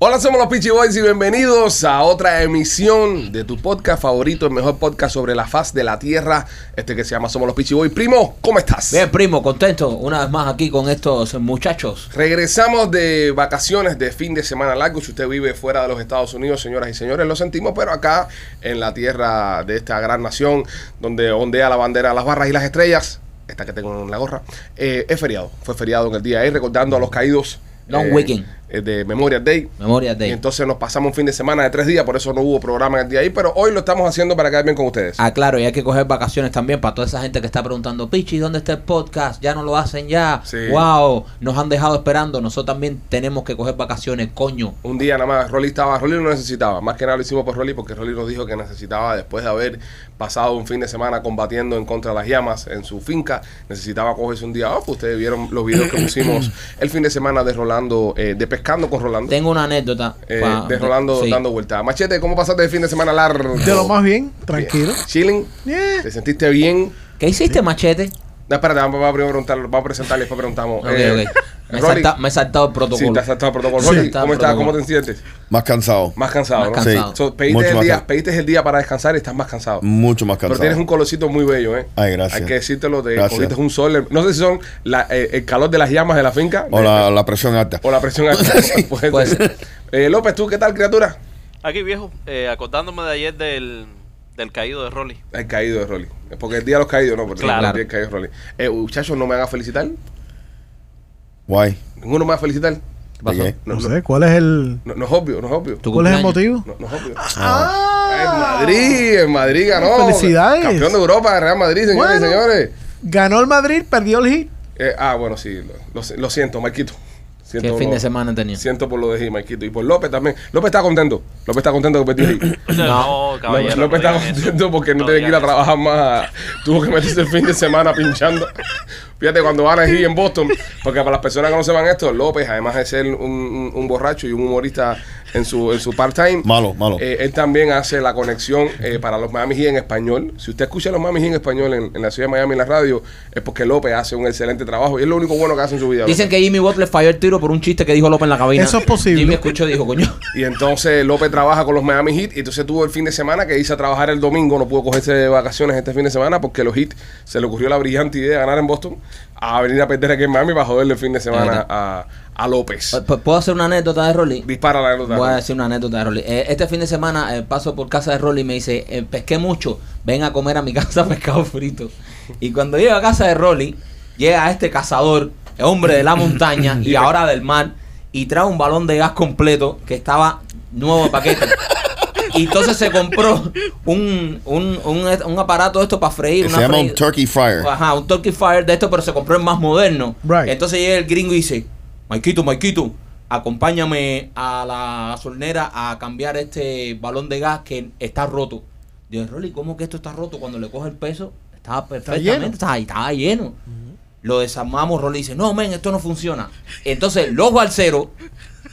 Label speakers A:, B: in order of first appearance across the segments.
A: Hola, somos los Peachy Boys y bienvenidos a otra emisión de tu podcast favorito, el mejor podcast sobre la faz de la tierra, este que se llama Somos los Peachy Boys. Primo, ¿cómo estás?
B: Bien, primo, contento una vez más aquí con estos muchachos.
A: Regresamos de vacaciones de fin de semana largo. Si usted vive fuera de los Estados Unidos, señoras y señores, lo sentimos, pero acá en la tierra de esta gran nación, donde ondea la bandera, las barras y las estrellas, esta que tengo en la gorra, eh, es feriado. Fue feriado en el día de ahí, recordando a los caídos.
B: Long
A: eh,
B: weekend.
A: eh, De Memorial Day.
B: Memoria
A: Y
B: de.
A: entonces nos pasamos un fin de semana de tres días, por eso no hubo programa en el día de ahí, pero hoy lo estamos haciendo para quedar bien con ustedes.
B: Ah, claro, y hay que coger vacaciones también para toda esa gente que está preguntando, Pichi, ¿dónde está el podcast? Ya no lo hacen ya.
A: Sí.
B: Wow, nos han dejado esperando. Nosotros también tenemos que coger vacaciones, coño.
A: Un día nada más, Rolly estaba, Rolly no necesitaba, más que nada lo hicimos por Rolly porque Rolly nos dijo que necesitaba, después de haber pasado un fin de semana combatiendo en contra de las llamas en su finca, necesitaba cogerse un día off. Ustedes vieron los videos que pusimos el fin de semana de Rolando, eh, de pescando con Rolando,
B: Tengo una anécdota.
A: eh,
B: pa-
A: de Rolando
B: sí.
A: dando vueltas. Machete, ¿cómo pasaste el fin de semana largo?
C: De lo más bien, tranquilo. Eh,
A: Chilling,
C: Yeah.
A: ¿te sentiste bien?
B: ¿Qué hiciste, machete?
A: No, espérate, vamos, vamos a primero preguntar, vamos a presentarle, después preguntamos.
B: Ok,
A: Eh,
B: ok. Me, he
A: Rolly,
B: salta- me he saltado
A: Sí,
B: el
A: te
B: protocolo.
A: has saltado el protocolo.
B: Sí.
A: Rolly,
B: Saltado
A: ¿cómo
B: el
A: estás? ¿Cómo
B: protocolo.
A: te sientes?
D: Más cansado.
A: Más cansado,
B: Más
A: ¿no?
B: cansado. Sí.
A: So, pediste,
D: Mucho
A: el
D: más
A: día,
D: cansado.
A: pediste el día para descansar y estás más cansado.
D: Mucho más
A: Pero
D: cansado.
A: tienes un colorcito muy bello, ¿eh?
D: Ay, gracias.
A: Hay que decírtelo, te
D: Gracias.
A: cogiste un sol. No sé si son la- eh, el calor de las llamas de la finca
D: O
A: de-
D: la, la presión alta.
A: o la presión alta. Puede
B: Puede
A: ser. Eh, López, ¿tú qué tal, criatura?
E: Aquí viejo, eh, acordándome de ayer del, del caído de Rolly.
A: El caído de Rolly. Porque el día de los caídos, no, porque
E: Claro.
A: el día del caído de Rolly. Eh, muchachos, no me van a felicitar.
D: Guay.
A: Ninguno me va a felicitar.
B: ¿Qué pasó?
D: Ok.
A: No,
C: No
A: no,
C: sé, ¿cuál es el,
A: no- no es obvio, no es obvio.
B: ¿Tu
C: ¿cuál es el
B: cumpleaños?
C: motivo?
A: No, no es obvio.
C: Ah.
A: Ah, En Madrid, en Madrid ganó.
C: Felicidades.
A: Campeón de Europa, Real Madrid, señores
C: Bueno.
A: y señores.
C: Ganó el Madrid, perdió el hit.
A: Eh, ah, bueno, sí, lo, lo- lo siento, Marquito. Siento
B: ¿Qué
A: por
B: fin
A: lo-
B: de semana tenía?
A: Siento por lo de G, Marquito. Y por López también. López está contento. López está contento que perdió G.
E: No,
A: López,
E: caballero. no
A: López está
E: digan eso.
A: contento porque no, tiene que ir a
E: digan eso.
A: trabajar más. Tuvo que meterse el fin de semana pinchando. Fíjate, cuando van a G en Boston, porque para las personas que no sepan esto, López, además de ser un, un- un borracho y un humorista en su, en su part-time,
D: Malo, malo.
A: eh, él también hace la conexión eh, para los Miami Heat en español. Si usted escucha a los Miami Heat en español en, en la ciudad de Miami en la radio, es porque López hace un excelente trabajo y es lo único bueno que hace en su vida.
B: Dicen que Jimmy Butler falló el tiro por un chiste que dijo López en la cabina.
C: Eso es posible.
B: Jimmy escuchó y dijo, coño.
A: Y entonces López trabaja con los Miami Heat y entonces tuvo el fin de semana que hice a trabajar el domingo, no pudo cogerse de vacaciones este fin de semana porque los Heat se le ocurrió la brillante idea de ganar en Boston a venir a perder aquí en Miami para joderle el fin de semana a, a López.
B: ¿P- ¿Puedo hacer una anécdota de Rolly?
A: Dispara la nota.
B: Voy a decir una anécdota de Rolly. Eh, este fin de semana eh, paso por casa de Rolly y me dice, eh, pesqué mucho, ven a comer a mi casa pescado frito. Y cuando llego a casa de Rolly, llega este cazador, el hombre de la montaña y ahora del mar, y trae un balón de gas completo que estaba nuevo de paquete. Y entonces se compró un, un, un, un aparato de esto para freír.
D: Se
B: una
D: llama un
B: freí-
D: turkey fryer.
B: Ajá, un Turkey Fire de esto, pero se compró el más moderno.
C: Right.
B: Entonces llega el gringo y dice, Maikito, Maikito, acompáñame a la gasolinera a cambiar este balón de gas que está roto. Digo, Rolly, ¿cómo que esto está roto? Cuando le coge el peso, estaba perfectamente, estaba ahí, estaba lleno. Lo desarmamos, Rolly dice, no, men, esto no funciona. Entonces, los balseros,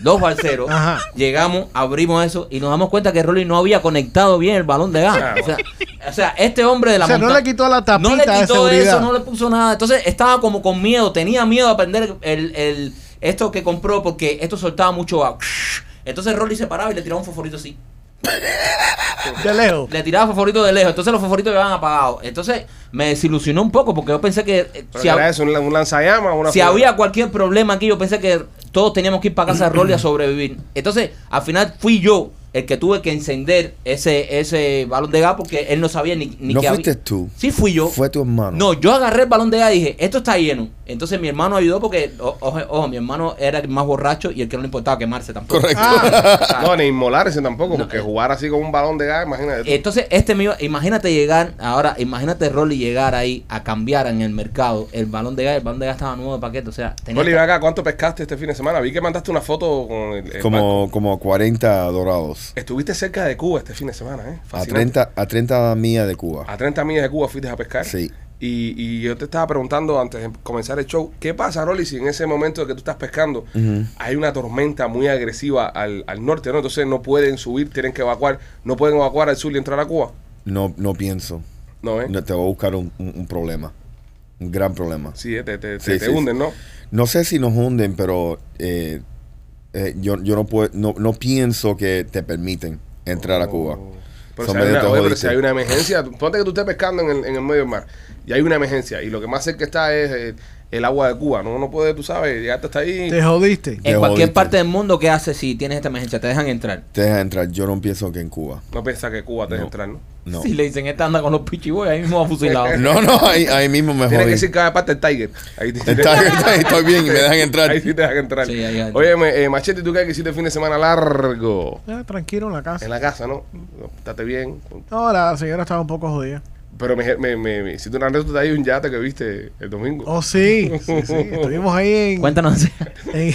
B: los balseros,
C: Ajá.
B: llegamos, abrimos eso y nos damos cuenta que Rolly no había conectado bien el balón de gas.
A: Ah,
B: o, sea, o sea, este hombre de la
C: O sea, no
B: monta-
C: le quitó la tapita
B: no le
C: de
B: quitó
C: seguridad.
B: eso, no le puso nada. Entonces estaba como con miedo, tenía miedo a perder el, el- esto que compró porque esto soltaba mucho agua. Entonces Rolly se paraba y le tiraba un fosforito así.
C: De lejos.
B: Le tiraba fosforito de lejos. Entonces los fosforitos iban apagados. Entonces me desilusionó un poco porque yo pensé que eh,
A: Pero
B: si,
A: que
B: hab-
A: era eso, un, un lanzallamas, una
B: si
A: fuga.
B: había cualquier problema aquí, yo pensé que todos teníamos que ir para casa de Rolly a sobrevivir. Entonces al final fui yo el que tuve que encender ese ese balón de gas porque él no sabía ni, ni
D: no
B: que
D: fuiste
B: había.
D: tú.
B: Sí fui yo.
D: Fue tu hermano.
B: No, yo agarré el balón de gas y dije, esto está lleno. Entonces mi hermano ayudó porque, o- ojo, ojo, mi hermano era el más borracho y el que no le importaba quemarse tampoco.
D: Correcto.
A: No, ni inmolarse tampoco, porque jugar así con un balón de gas, imagínate. tú.
B: Entonces, este mío, imagínate llegar, ahora, imagínate Rolly llegar ahí a cambiar en el mercado el balón de gas, el balón de gas estaba nuevo de paquete, o sea, tenía
A: Rolly, ven acá, ¿cuánto pescaste este fin de semana? Vi que mandaste una foto con el, el barco.
D: Como, como 40 dorados.
A: Estuviste cerca de Cuba este fin de semana, ¿eh?
D: A
A: Fascinante.
D: 30, a 30 millas de Cuba.
A: A 30 millas de Cuba fuiste a pescar.
D: Sí.
A: Y, y yo te estaba preguntando antes de comenzar el show, ¿qué pasa, Rolly, si en ese momento que tú estás pescando hay una tormenta muy agresiva al, al norte, ¿no? Entonces no pueden subir, tienen que evacuar, no pueden evacuar al sur y entrar a Cuba.
D: No, no pienso.
A: No, ¿eh?
D: No, te voy a buscar un, un- un problema. Un gran problema.
A: Sí, eh, te, te,
D: Sí,
A: te- te
D: sí,
A: hunden,
D: sí.
A: ¿no?
D: No sé si nos hunden, pero eh, eh, yo, yo no, puedo, no, no pienso que te permiten entrar a Cuba.
A: Pero,
D: Son
A: si hay,
D: medio
A: una,
D: todos
A: oye, pero
D: jodidos.
A: si hay una emergencia, tú- ponte que tú estés pescando en el, en el medio del mar y hay una emergencia y lo que más cerca está es eh, el agua de Cuba, ¿no? No puede, tú sabes, llegaste hasta ahí.
C: Te jodiste.
D: Eh,
B: En cualquier
D: jodiste.
B: parte del mundo, ¿qué haces si tienes esta emergencia? Te dejan entrar.
D: Te dejan entrar. Yo no pienso que en Cuba.
A: No piensas que Cuba te deja
D: No.
A: entrar, ¿no?
D: No.
B: Si le dicen, esta anda con los pichiboy, ahí mismo va fusilado.
D: No, no, ahí, ahí mismo me
A: Tiene que
D: jodí.
A: decir cada parte el Tiger. Ahí te-
D: Está- está- estoy bien y me dejan entrar.
A: Ahí sí te dejan entrar.
B: Sí, ahí adentro.
A: Oye, Machete, ¿tú qué que hiciste el fin de semana largo?
C: Ah, tranquilo en la casa.
A: En la casa, ¿no? Estate bien.
C: No, la señora estaba un poco jodida.
A: Pero me, me, me, me hiciste una anécdota ahí de un yate que viste el domingo.
C: Oh, sí. sí, sí. Estuvimos ahí en,
B: Cuéntanos.
C: en,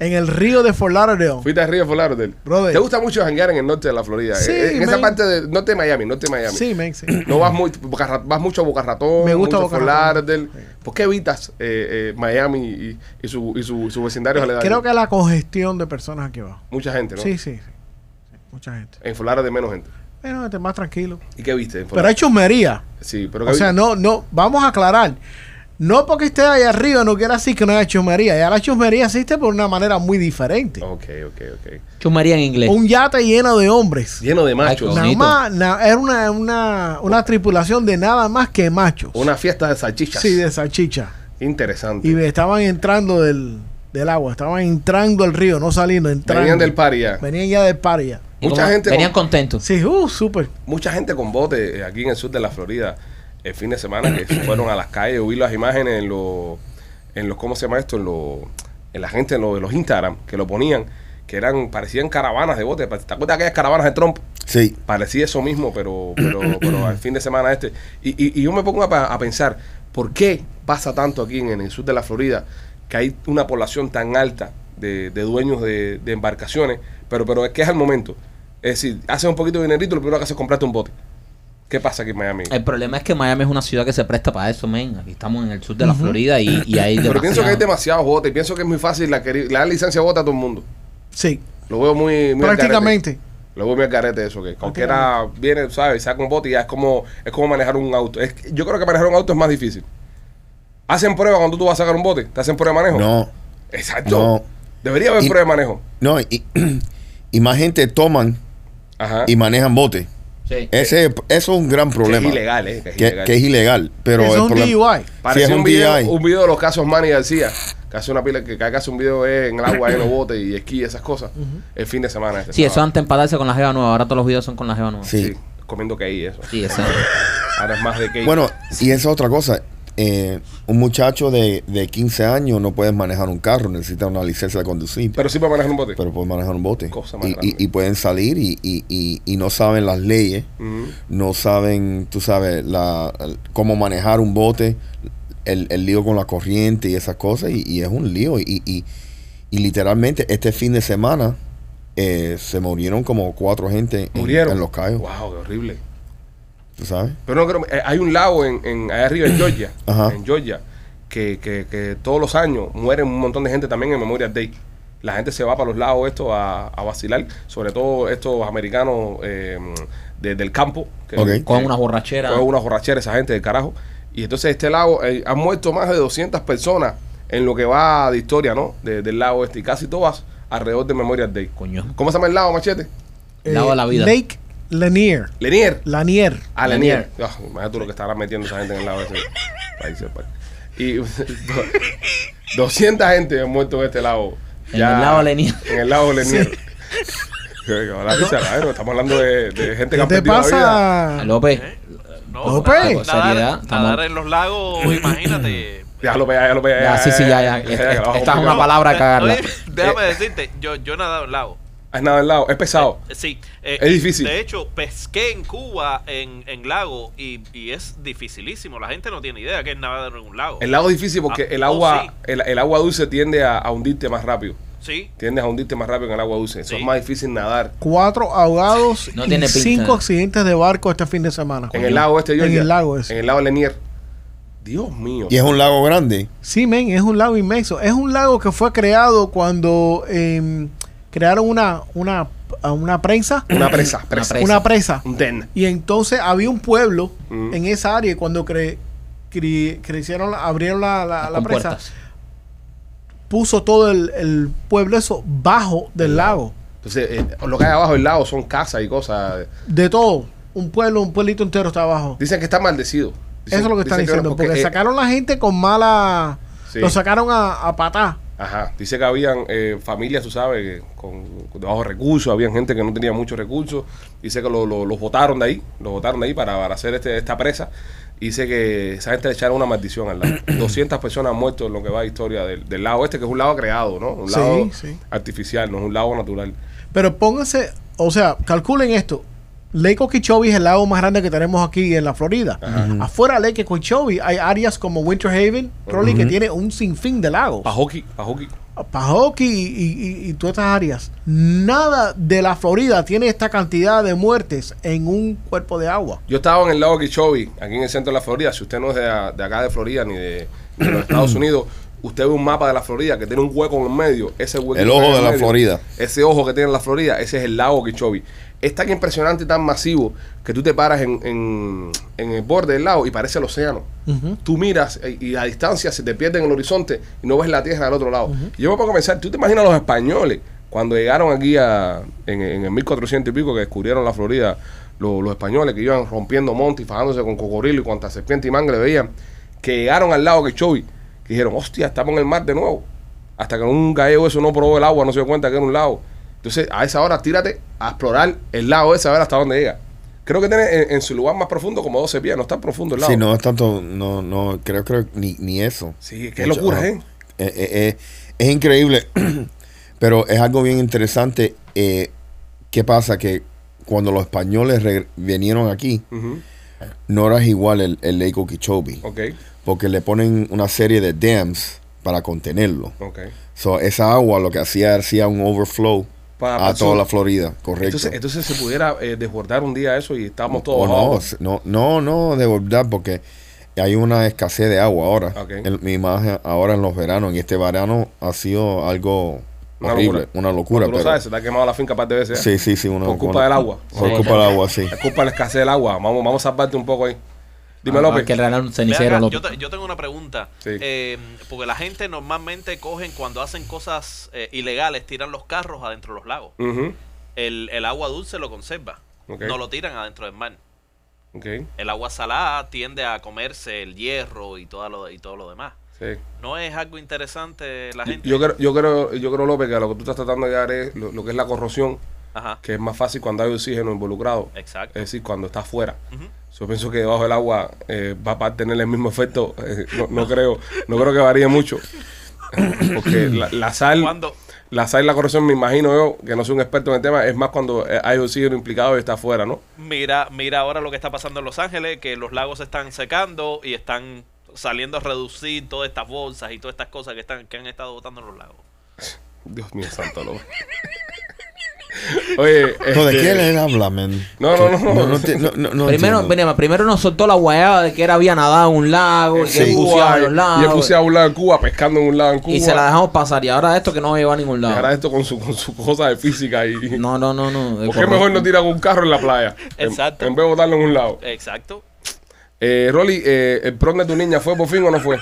C: en el río de Fort Lauderdale.
A: Fuiste arriba por Lauderdale.
C: Brother.
A: ¿Te gusta mucho janguear en el norte de la Florida?
C: Sí,
A: Eh, en esa
C: man.
A: parte del norte de Miami, norte de Miami.
C: Sí, men, sí.
A: No vas, muy, Boca Ra- vas mucho a Boca Ratón,
C: Me gusta
A: mucho a
C: Boca
A: Fort
C: Ratón.
A: Lauderdale. ¿Por qué evitas eh, eh, Miami y, y su, y su, su vecindario aledaño?
C: Creo que la congestión de personas aquí abajo.
A: Mucha gente, ¿no?
C: Sí, sí, sí. Sí, Mucha gente.
A: En Fort Lauderdale menos gente.
C: Bueno, este más tranquilo.
A: ¿Y qué viste? en Fort
C: Pero hay chusmería.
A: Lauderdale? sí, pero
C: O
A: ¿qué
C: sea,
A: viste?
C: no, no, vamos a aclarar. No porque esté ahí arriba no quiere decir que no haya chusmería. Ya la chusmería existe por una manera muy diferente.
A: Ok, ok, ok.
B: Chumaría en inglés.
C: Un yate lleno de hombres.
A: Lleno de
B: Ay,
A: machos.
B: con-
C: Nada
B: bonito.
C: más, na- era una, una, una tripulación de nada más que machos.
A: Una fiesta de salchichas.
C: Sí, de salchicha.
A: Interesante.
C: Y estaban entrando del, del agua, estaban entrando al río, no saliendo, entrando.
A: Venían del party ya.
C: Venían ya del par ya.
B: Y
A: mucha
B: como-
A: gente
B: Venían
A: con-
B: contentos.
C: Sí, uh, súper.
A: Mucha gente con bote eh, aquí en el sur de la Florida el fin de semana que se fueron a las calles. Yo vi las imágenes en los, en los ¿cómo se llama esto? En, los, en la gente, en los, en los Instagram que lo ponían, que eran parecían caravanas de bote. ¿Te acuerdas de aquellas caravanas de Trump?
D: Sí.
A: Parecía eso mismo, pero, pero, pero al fin de semana este. Y, y- y yo me pongo a, pa- a pensar, ¿por qué pasa tanto aquí en, el sur de la Florida que hay una población tan alta de, de dueños de, de embarcaciones? Pero, pero es que es al momento. Es decir, haces un poquito de dinerito, lo primero que haces es comprarte un bote. ¿Qué pasa aquí en Miami?
B: El problema es que Miami es una ciudad que se presta para eso, men. Aquí estamos en el sur de la Florida y, y hay
A: Pero pienso que hay
B: demasiado.
A: demasiados botes y pienso que es muy fácil la, queri- la licencia de bote a todo el mundo.
C: Sí,
A: Lo veo muy, muy al carete.
C: prácticamente.
A: Lo veo muy al carete eso, que cualquiera viene, ¿sabes? Saca un bote y ya es como, es como manejar un auto. Es que yo creo que manejar un auto es más difícil. Hacen prueba cuando tú vas a sacar un bote. ¿Te hacen prueba de manejo?
D: No.
A: Exacto.
D: No.
A: Debería haber
D: Y-
A: prueba de manejo.
D: No, y, y más gente toman
A: Ajá.
D: y manejan bote.
B: Sí.
D: Ese, eso es un gran
A: Que
D: problema.
A: es ilegal, ¿eh? Que es
D: que,
A: ilegal.
D: que es ilegal. Pero
C: Eso
D: el
C: es un
D: problema-
C: DUI.
A: Parecía
D: Sí, es
A: un,
D: un DI.
A: video, un video de los casos Manny García. Que hace una pila que cada que hace un video es en el agua, en los botes y esquí y esas cosas. El fin de semana. Este
B: Sí, eso
A: sábado.
B: antes empatarse con la jeva nueva. Ahora todos los videos son con la jeva nueva.
D: Sí.
A: Sí, comiendo cake y eso.
B: Sí, eso.
A: Ahora es más de cake.
D: Bueno, y esa es otra cosa. Eh, un muchacho de, de 15 años no puede manejar un carro, necesita una licencia de conducir.
A: pero sí para manejar un bote.
D: pero pueden manejar un bote.
A: Cosa más
D: Y,
A: grande.
D: y- y pueden salir y, y- y- y no saben las leyes,
A: Ujú.
D: no saben, tú sabes, la, el- cómo manejar un bote, el, el lío con la corriente y esas cosas, y, y es un lío. Y, y- y literalmente este fin de semana eh, se murieron como cuatro gente en,
A: Murieron.
D: en Los Cayos,
A: Wow, qué horrible.
D: tú sabes.
A: Pero no creo, eh, hay un lago en, en allá arriba en Georgia,
D: Ajá.
A: en Georgia, que, que, que todos los años mueren un montón de gente también en Memorial Day. La gente se va para los lagos esto a, a vacilar, sobre todo estos americanos eh, de- del campo, que,
D: Ok.
A: que-
B: Con una borrachera.
A: con unas borracheras esa gente de carajo. Y entonces este lago, eh, han muerto más de 200 personas en lo que va de historia, ¿no? De- del lago este, y casi todas alrededor de Memorial Day.
B: Coño.
A: ¿Cómo se llama el lago, Machete?
B: Lado de la vida.
C: eh, Lake Lanier.
A: Lenier.
C: Lanier.
A: A la
B: Lanier.
A: nieve. Ah, imagínate tú lo que estará metiendo esa gente en el lado ese. Ahí se para. Y do- 200 gente han muerto en este lado.
B: En el lado Lenier.
A: En el lado Lenier. Que ahora dice, a ver, Estamos hablando de, de gente que
C: ¿Qué
A: ha
C: te
A: perdido la vida.
C: pasa?
B: López.
E: No,
C: López.
E: nadar-
C: Con
B: seriedad,
E: nadar,
B: estamos-
E: en los lagos, imagínate.
A: Ya lo vea, ya lo vea.
B: Ya, sí, sí, ya, ya. Esta-
A: lo vamos a
B: esta es
A: complicar.
B: una palabra a
E: eh,
B: cagarla.
E: oye, déjame decirte, yo, yo he nadado en lago.
A: Es nada del lado. Es pesado.
E: Eh, Sí. eh,
A: Es difícil.
E: De hecho, pesqué en Cuba, en, en lago, y, y es dificilísimo. La gente no tiene idea que es nadar en un lago.
A: El lago es difícil porque
E: Ah,
A: el
E: oh,
A: agua
E: sí.
A: el, el agua dulce tiende a, a hundirte más rápido.
E: Sí.
A: Tiendes a hundirte más rápido en el agua dulce. Eso
E: Sí.
A: es más difícil nadar.
C: Cuatro ahogados
B: No
C: y
B: tiene pinta.
C: cinco accidentes de barco este fin de semana.
A: En el lago este,
C: En
A: Georgia.
C: el lago ese.
A: En el lago Lenier. Dios mío.
D: Y es un lago grande.
C: Sí, men, es un lago inmenso. Es un lago que fue creado cuando eh, crearon una, una, a una prensa,
A: Una presa, presa.
B: presa.
C: una presa.
A: Un den.
C: Y entonces había un pueblo
A: Mm.
C: en esa área y cuando cre- cre- crecieron, abrieron la, la- la
B: Con
C: presa,
B: puertas.
C: puso todo el, el pueblo eso bajo del lago.
A: Entonces, eh, lo que hay abajo del lago son casas y cosas.
C: De todo. Un pueblo, un pueblito entero está abajo.
A: Dicen que está maldecido.
C: Eso
A: Dicen-
C: es lo que están
A: dicen
C: diciendo. Porque,
A: eh,
C: sacaron la gente con mala.
A: Sí.
C: Lo sacaron a, a patá.
A: Ajá, dice que habían eh, familias, tú sabes, que con, con de bajos recursos, habían gente que no tenía muchos recursos. Dice que lo- lo- los votaron de ahí, los votaron de ahí para, para hacer este, esta presa. Y Dice que esa gente le echaron una maldición al lado. 200 personas han muerto en lo que va a historia del, del lago este, que es un lago creado, ¿no? Un
C: Sí,
A: lago
C: sí.
A: artificial, no es un lago natural.
C: Pero pónganse. O sea, calculen esto. Lake Okeechobee es el lago más grande que tenemos aquí en la Florida. Afuera de Lake Okeechobee hay áreas como Winter Haven, Rolly, que tiene un sinfín de lagos.
A: Pajoki, Pajoki.
C: Pajoki y, y- y- y todas estas áreas. Nada de la Florida tiene esta cantidad de muertes en un cuerpo de agua.
A: Yo estaba en el lago Kichobi, aquí en el centro de la Florida. Si usted no es de, de acá de Florida ni de, ni de los Estados Unidos, usted ve un mapa de la Florida que tiene un hueco en el medio. Ese hueco
D: El
A: que
D: ojo
A: tiene en
D: de la
A: medio,
D: Florida.
A: Ese ojo que tiene la Florida, ese es el lago Kichobi. Es tan impresionante y tan masivo que tú te paras en, en- en el borde del lago y parece el océano. Tú miras eh, y a distancia se te pierde en el horizonte y no ves la tierra del otro lado. Y yo me pongo a pensar, ¿tú te imaginas los españoles cuando llegaron aquí a, en, en el 1400 y pico que descubrieron la Florida, lo- los españoles que iban rompiendo montes y fajándose con cocorilo y cuanta serpiente y mangle veían, que llegaron al lago Quechovi, que dijeron, hostia, estamos en el mar de nuevo. Hasta que un gallego eso no probó el agua, no se dio cuenta que era un lago. Entonces, a esa hora, tírate a explorar el lago ese, a ver hasta dónde llega. Creo que tiene en, en su lugar más profundo como 12 pies, no es tan profundo el lago.
D: Sí, no es tanto, no, no, creo, creo, ni, ni eso.
A: Sí, qué
D: Mucho,
A: locura,
D: ajá.
A: ¿eh?
D: Eh, eh, eh, es increíble, pero es algo bien interesante. Eh, ¿Qué pasa? Que cuando los españoles re- vinieron aquí,
A: Ujú,
D: no era igual el, el Lake Okeechobee,
A: Ok,
D: porque le ponen una serie de dams para contenerlo.
A: ok.
D: So, esa agua lo que hacía, hacía un overflow
A: Pa-
D: a
A: pa-
D: toda
A: sur.
D: la Florida, correcto.
A: Entonces, entonces se pudiera eh, desbordar un día eso y estábamos todos
D: O Oh, no,
A: bajo.
D: s- no, no, no, de verdad, porque hay una escasez de agua ahora.
A: Ok.
D: El- mi imagen ahora en los veranos, y este verano ha sido algo
A: Una
D: horrible,
A: locura.
D: una locura.
A: Tú lo
D: pero-
A: sabes, se te ha quemado la finca un par de veces. ¿eh?
D: Sí, sí, sí. Una,
A: Por culpa
D: una-
A: del agua.
D: Por
B: Sí.
D: culpa del agua, sí.
A: Es culpa de la escasez del agua. Vamos, vamos a salvarte un poco ahí. Dime,
B: Ah,
A: López.
B: Que le regalaron un
E: Ve
B: cenicero
E: acá,
B: a López.
E: yo, te- yo tengo una pregunta.
A: Sí.
E: Eh, porque la gente normalmente cogen cuando hacen cosas eh, ilegales, tiran los carros adentro de los lagos.
A: Ujú,
E: El, el agua dulce lo conserva.
A: Ok.
E: No lo tiran adentro del mar.
A: Ok,
E: El agua salada tiende a comerse el hierro y todo lo, y todo lo demás.
A: sí.
E: ¿No es algo interesante la
A: Yo-
E: gente?
A: Yo creo, yo creo, yo creo, López, que a lo que tú estás tratando de llegar es lo, lo que es la corrosión,
E: Ajá.
A: que es más fácil cuando hay oxígeno involucrado.
E: Exacto.
A: Es decir, cuando está afuera.
E: Ujú.
A: Yo pienso que debajo del agua eh, va a tener el mismo efecto. eh, no, no creo, no creo que varíe mucho. Porque la, la sal,
E: Cuando-
A: la sal y la corrosión, me imagino yo, que no soy un experto en el tema, es más cuando eh, hay oxígeno implicado y está afuera, ¿no?
E: Mira, mira ahora lo que está pasando en Los Ángeles, que los lagos se están secando y están saliendo a reducir todas estas bolsas y todas estas cosas que están que han estado botando en los lagos.
A: Dios mío, santo loco. Oye,
D: No, ¿de
A: este,
D: quién él habla, men?
A: No, no, no.
D: No, no te- no, no- no
B: Primero,
D: entiendo.
B: mira, primero nos soltó la guayaba de que él había nadado en un lago, y que
A: Sí.
B: él buceaba en los
A: Cuba, y- y he
B: lagos.
A: buceado a un lado en Cuba, pescando en un lado en Cuba.
B: Y se la dejamos pasar. Y ahora esto que no va a llevar a ningún
A: Y ahora
B: lado.
A: esto con su, con su cosa de física y...
B: No, no, no, no.
A: ¿Por qué mejor no tiran un carro en la playa? En-
E: Exacto.
A: En, vez de botarlo en un lado.
E: Exacto.
A: Eh, Rolly, eh, ¿el prom de tu niña fue por fin o no fue?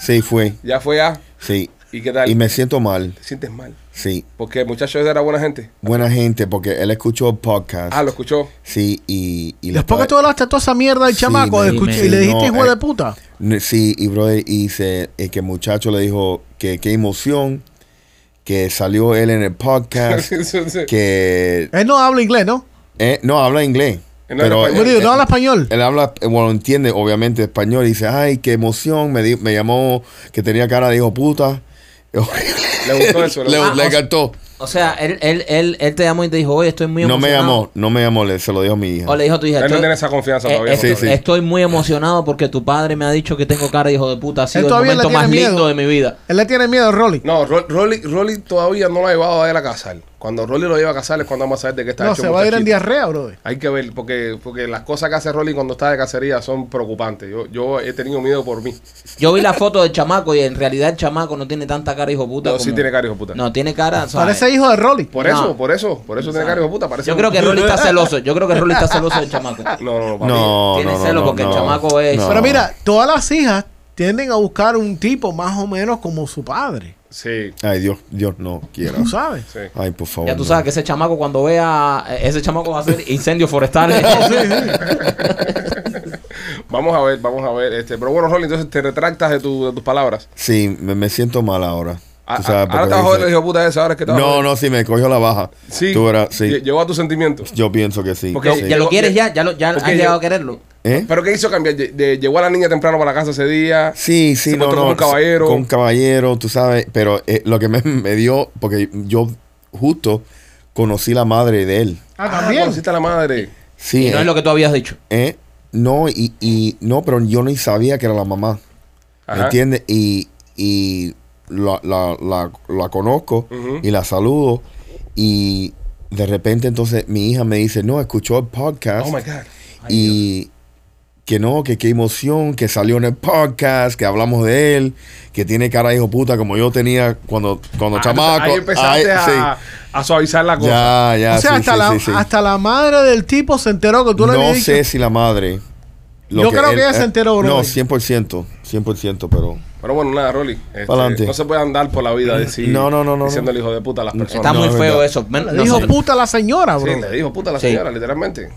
D: Sí, fue.
A: Ya fue ya.
D: Sí.
A: ¿Y qué tal?
D: Y me siento mal.
A: ¿Te sientes mal?
D: Sí.
A: Porque el muchacho ese era buena gente.
D: Buena gente, porque él escuchó el podcast.
A: Ah, lo escuchó.
D: Sí, y. y le
C: Después que tú
D: estaba-
C: hablaste toda esa mierda del
D: Sí,
C: chamaco
D: men.
C: escuché-
B: Sí,
C: y le dijiste
D: no,
C: hijo
D: eh,
C: de puta.
D: Sí, y brother, y se, y que el muchacho le dijo que qué emoción que salió él en el podcast.
A: Sí, sí, sí.
D: que.
C: Él no habla inglés, ¿no?
D: eh, no, habla inglés.
A: Él no habla
D: pero
A: español.
C: Bueno,
D: eh,
C: no habla español.
D: Él habla, eh, bueno, entiende obviamente español y dice, ay, qué emoción, me, di- me llamó que tenía cara de hijo puta.
A: Le gustó eso.
D: le,
A: le gustó.
C: Ah,
D: le encantó.
B: O sea, él, él, él, él te llamó y te dijo, oye, estoy muy
D: No me
B: emocionado.
D: llamó, no me llamó, le, se lo dijo a mi hija.
B: O le dijo a tu hija,
A: Él no
B: estoy,
A: tiene esa confianza
B: eh,
A: todavía.
B: estoy,
D: Sí, sí.
B: estoy muy emocionado porque tu padre me ha dicho que tengo cara de hijo de puta. Ha sido el
C: todavía le
B: momento
C: tiene
B: más
C: miedo.
B: lindo de mi vida.
C: Él le tiene miedo a Rolly.
A: No, Ro- Rolly, Rolly todavía no lo ha llevado a él a casar. Cuando Rolly lo lleva a Casales, cuando vamos a saber de qué está
C: No,
A: hecho
C: se va a ir en
A: muchachito.
C: diarrea, brother.
A: Hay que ver, porque, porque las cosas que hace Rolly cuando está de cacería son preocupantes. Yo, yo he tenido miedo por mí.
B: Yo vi la foto del chamaco y en realidad el chamaco no tiene tanta cara, hijo puta.
A: No, sí tiene cara, hijo puta.
B: No, tiene cara. o sea,
C: Parece hijo de Rolly.
A: Por
B: No.
A: eso, por eso, por eso tiene cara de hijo puta. Parece
B: Yo
A: un-
B: creo que Rolly está celoso. Yo creo que Rolly está celoso del chamaco.
A: No, no, no, papi.
D: No,
B: Oh, Tiene
D: no, no,
B: celo
D: no,
B: porque el
D: no.
B: chamaco es-
C: Pero mira, todas las hijas tienden a buscar un tipo más o menos como su padre.
A: Sí,
D: Ay, Dios, Dios no quiera.
C: Tú sabes.
A: sí.
D: Ay, por favor.
B: Ya tú
D: Oh, no.
B: sabes que ese chamaco cuando vea, eh, ese chamaco va a hacer incendios forestales.
A: Vamos a ver, vamos a ver. Este, pero bueno, Rolly, entonces te retractas de, tu- de tus palabras.
D: Sí, me, me siento mal ahora. Tú
B: Ah,
A: A- a-
D: sabes,
A: ahora
D: porque
A: te vas a joder,
D: dice-
A: el hijo puta ese, ahora es que te vas a
D: No,
A: joder.
D: no, sí, me cogió la baja.
A: Sí,
D: Tú verás, sí.
A: lle- llegó a tus sentimientos.
D: Yo pienso que sí.
A: Porque-
D: sí.
B: ya lo quieres ya, ya, lo, ya
A: Ok,
B: has llegado
A: yo-
B: a quererlo.
D: ¿Eh?
A: ¿Pero qué hizo cambiar? Lle- de- llegó a la niña temprano para la casa ese día.
D: Sí, sí,
A: Se
D: no,
A: portó
D: no.
A: como un caballero.
D: Con un caballero, tú sabes. Pero eh, lo que me, me dio, porque yo justo conocí la madre de él.
C: Ah,
A: Ah,
C: también.
A: conociste a la madre.
D: Sí.
B: Y no
D: eh,
B: es lo que tú habías dicho.
D: eh, no, y, y no, pero yo ni sabía que era la mamá. ¿Me
A: Ajá.
D: entiendes? Y, y la, la- la- la conozco
A: Ujú.
D: y la saludo. Y de repente entonces mi hija me dice, no, escuchó el podcast.
A: Oh my God.
D: y que no, que qué emoción, que salió en el podcast, que hablamos de él, que tiene cara de hijo puta como yo tenía cuando, cuando
A: Ah,
D: chamaco.
A: Ahí empezaste
D: Ay,
A: a, a suavizar la
D: sí.
A: cosa.
D: Ya, ya.
C: o sea,
D: Ah, sí,
C: hasta,
D: sí,
C: la,
D: sí, sí.
C: hasta la madre del tipo se enteró que tú le
D: No
C: habías dicho.
D: sé si la madre... lo
C: Yo creo que ella se
D: eh,
C: enteró, bro.
D: No, 100%, 100%, pero...
A: Pero bueno, nada, Rolly. este,
D: Pa'lante.
A: no se puede andar por la vida decir,
D: No, no, no, no,
A: diciendo
D: no.
A: el hijo de puta a las personas.
B: Está
D: no,
B: muy
D: es
B: feo
D: verdad.
B: eso. Men-
C: Le
B: no
C: dijo
B: sé.
C: puta a la señora,
A: Sí,
C: bro.
A: le dijo puta a la
B: Sí.
A: señora, literalmente.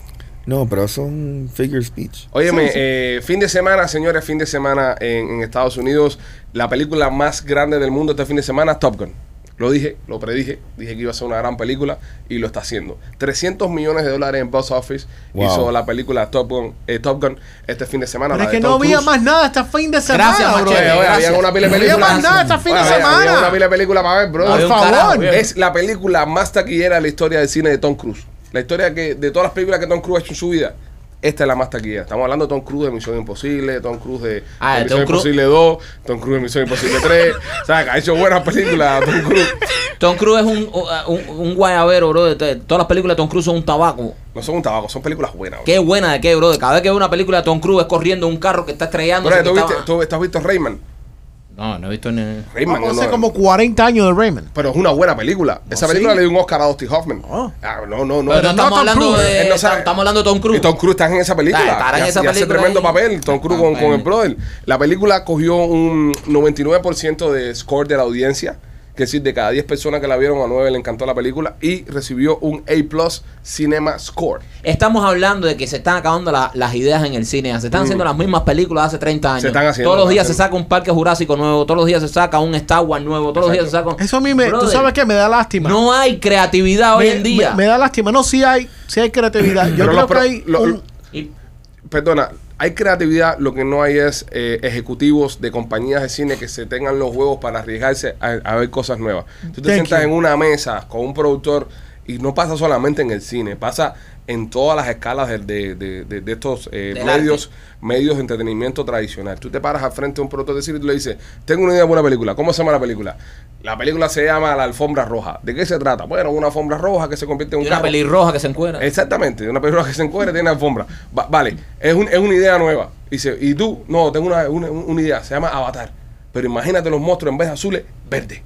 D: No, pero eso es un figure speech.
A: Óyeme, eh, fin de semana, señores, fin de semana en, en Estados Unidos. La película más grande del mundo este fin de semana, Top Gun. Lo dije, lo predije, dije que iba a ser una gran película y lo está haciendo. 300 millones de dólares en box office
D: Wow.
A: hizo la película Top Gun, eh, Top Gun este fin de semana.
C: Pero
A: la
C: es
A: de
C: que
A: Tom
C: no había
A: Cruise.
C: más nada hasta fin de semana,
B: Gracias,
A: Oye,
C: bro.
A: oye,
B: Machete.
A: había
B: Gracias.
A: una pila de
C: No había
A: películas.
C: más nada hasta fin de
A: Oye, había- Había una
C: semana.
A: pila de películas para ver, bro.
B: No había un
C: Por
B: carajo,
C: favor.
B: bien.
A: Es la película más taquillera de la historia del cine de Tom Cruise. La historia que de todas las películas que Tom Cruise ha hecho en su vida, esta es la más taquillera. Estamos hablando de Tom Cruise de Misión Imposible, Tom Cruise de
B: Ah,
A: de
B: de
A: Misión
B: Tom Cruise.
A: Imposible 2, Tom Cruise de Misión Imposible 3. o sea, que ha hecho buenas películas Tom Cruise.
B: Tom Cruise es un, un, un guayabero, bro. de- de- Todas las películas de Tom Cruise son un tabaco.
A: No son un tabaco, son películas buenas. Bro.
B: Qué buena de qué, bro. Cada vez que veo una película de Tom Cruise es corriendo un carro que está estrellando.
A: Bro, ¿tú, viste- tú- tú has visto Rayman?
B: No, no he visto ni.
A: Rayman
C: Vamos,
A: no-
C: hace como 40 años de Raymond.
A: Pero es una buena película. Esa
C: ¿sí?
A: película le dio un Oscar a Dusty Hoffman.
C: Oh.
A: Ah, no, no, no.
B: ¿Oh, Pero no estamos
C: Tom
B: hablando
C: Cruise.
B: de.
A: Él no sabe.
B: estamos hablando de Tom Cruise.
A: Y Tom Cruise está en esa película.
B: Está- estará en
A: Y hace-
B: esa
A: y hace
B: película
A: tremendo
B: ahí.
A: papel Tom Cruise con, con el brother. La película cogió un 99% de score de la audiencia. Que es decir, de cada 10 personas que la vieron, a 9 le encantó la película. Y recibió un A Cinema Score.
B: Estamos hablando de que se están acabando la- las ideas en el cine. Se están haciendo las mismas películas hace 30 años.
A: Se están haciendo,
B: todos los días se
A: hacen-
B: saca un parque jurásico nuevo. Todos los días se saca un Star Wars nuevo. Todos los días se saca. un-
C: Eso a mí me, tú
B: Brother,
C: sabes que me da lástima.
B: No hay creatividad hoy
C: Me-
B: en día.
C: Me, me da lástima. No, sí hay, sí hay creatividad. Yo
A: Pero
C: creo
A: lo-
C: que
A: pero
C: hay
A: lo-
C: un-
B: Y-
A: Perdona, hay creatividad, lo que no hay es eh, ejecutivos de compañías de cine que se tengan los huevos para arriesgarse a, a ver cosas nuevas. Tú te
C: Thank
A: sientas
C: you.
A: en una mesa con un productor y no pasa solamente en el cine, pasa en todas las escalas de, de- de- de- de estos eh,
B: Del
A: medios, medios de entretenimiento tradicional. Tú te paras al frente de un productor de cine y tú le dices, tengo una idea de una película, ¿cómo se llama la película? La película se llama La Alfombra Roja. ¿De qué se trata? Bueno, una alfombra roja que se convierte en un
B: y una
A: carro.
B: pelirroja que se encuentra.
A: Exactamente, una película que se encuentra tiene alfombra. Va- vale, es, un- es una idea nueva. Dice, y tú, no, tengo una, una- una idea, se llama Avatar. Pero imagínate los monstruos en vez de azules, verdes.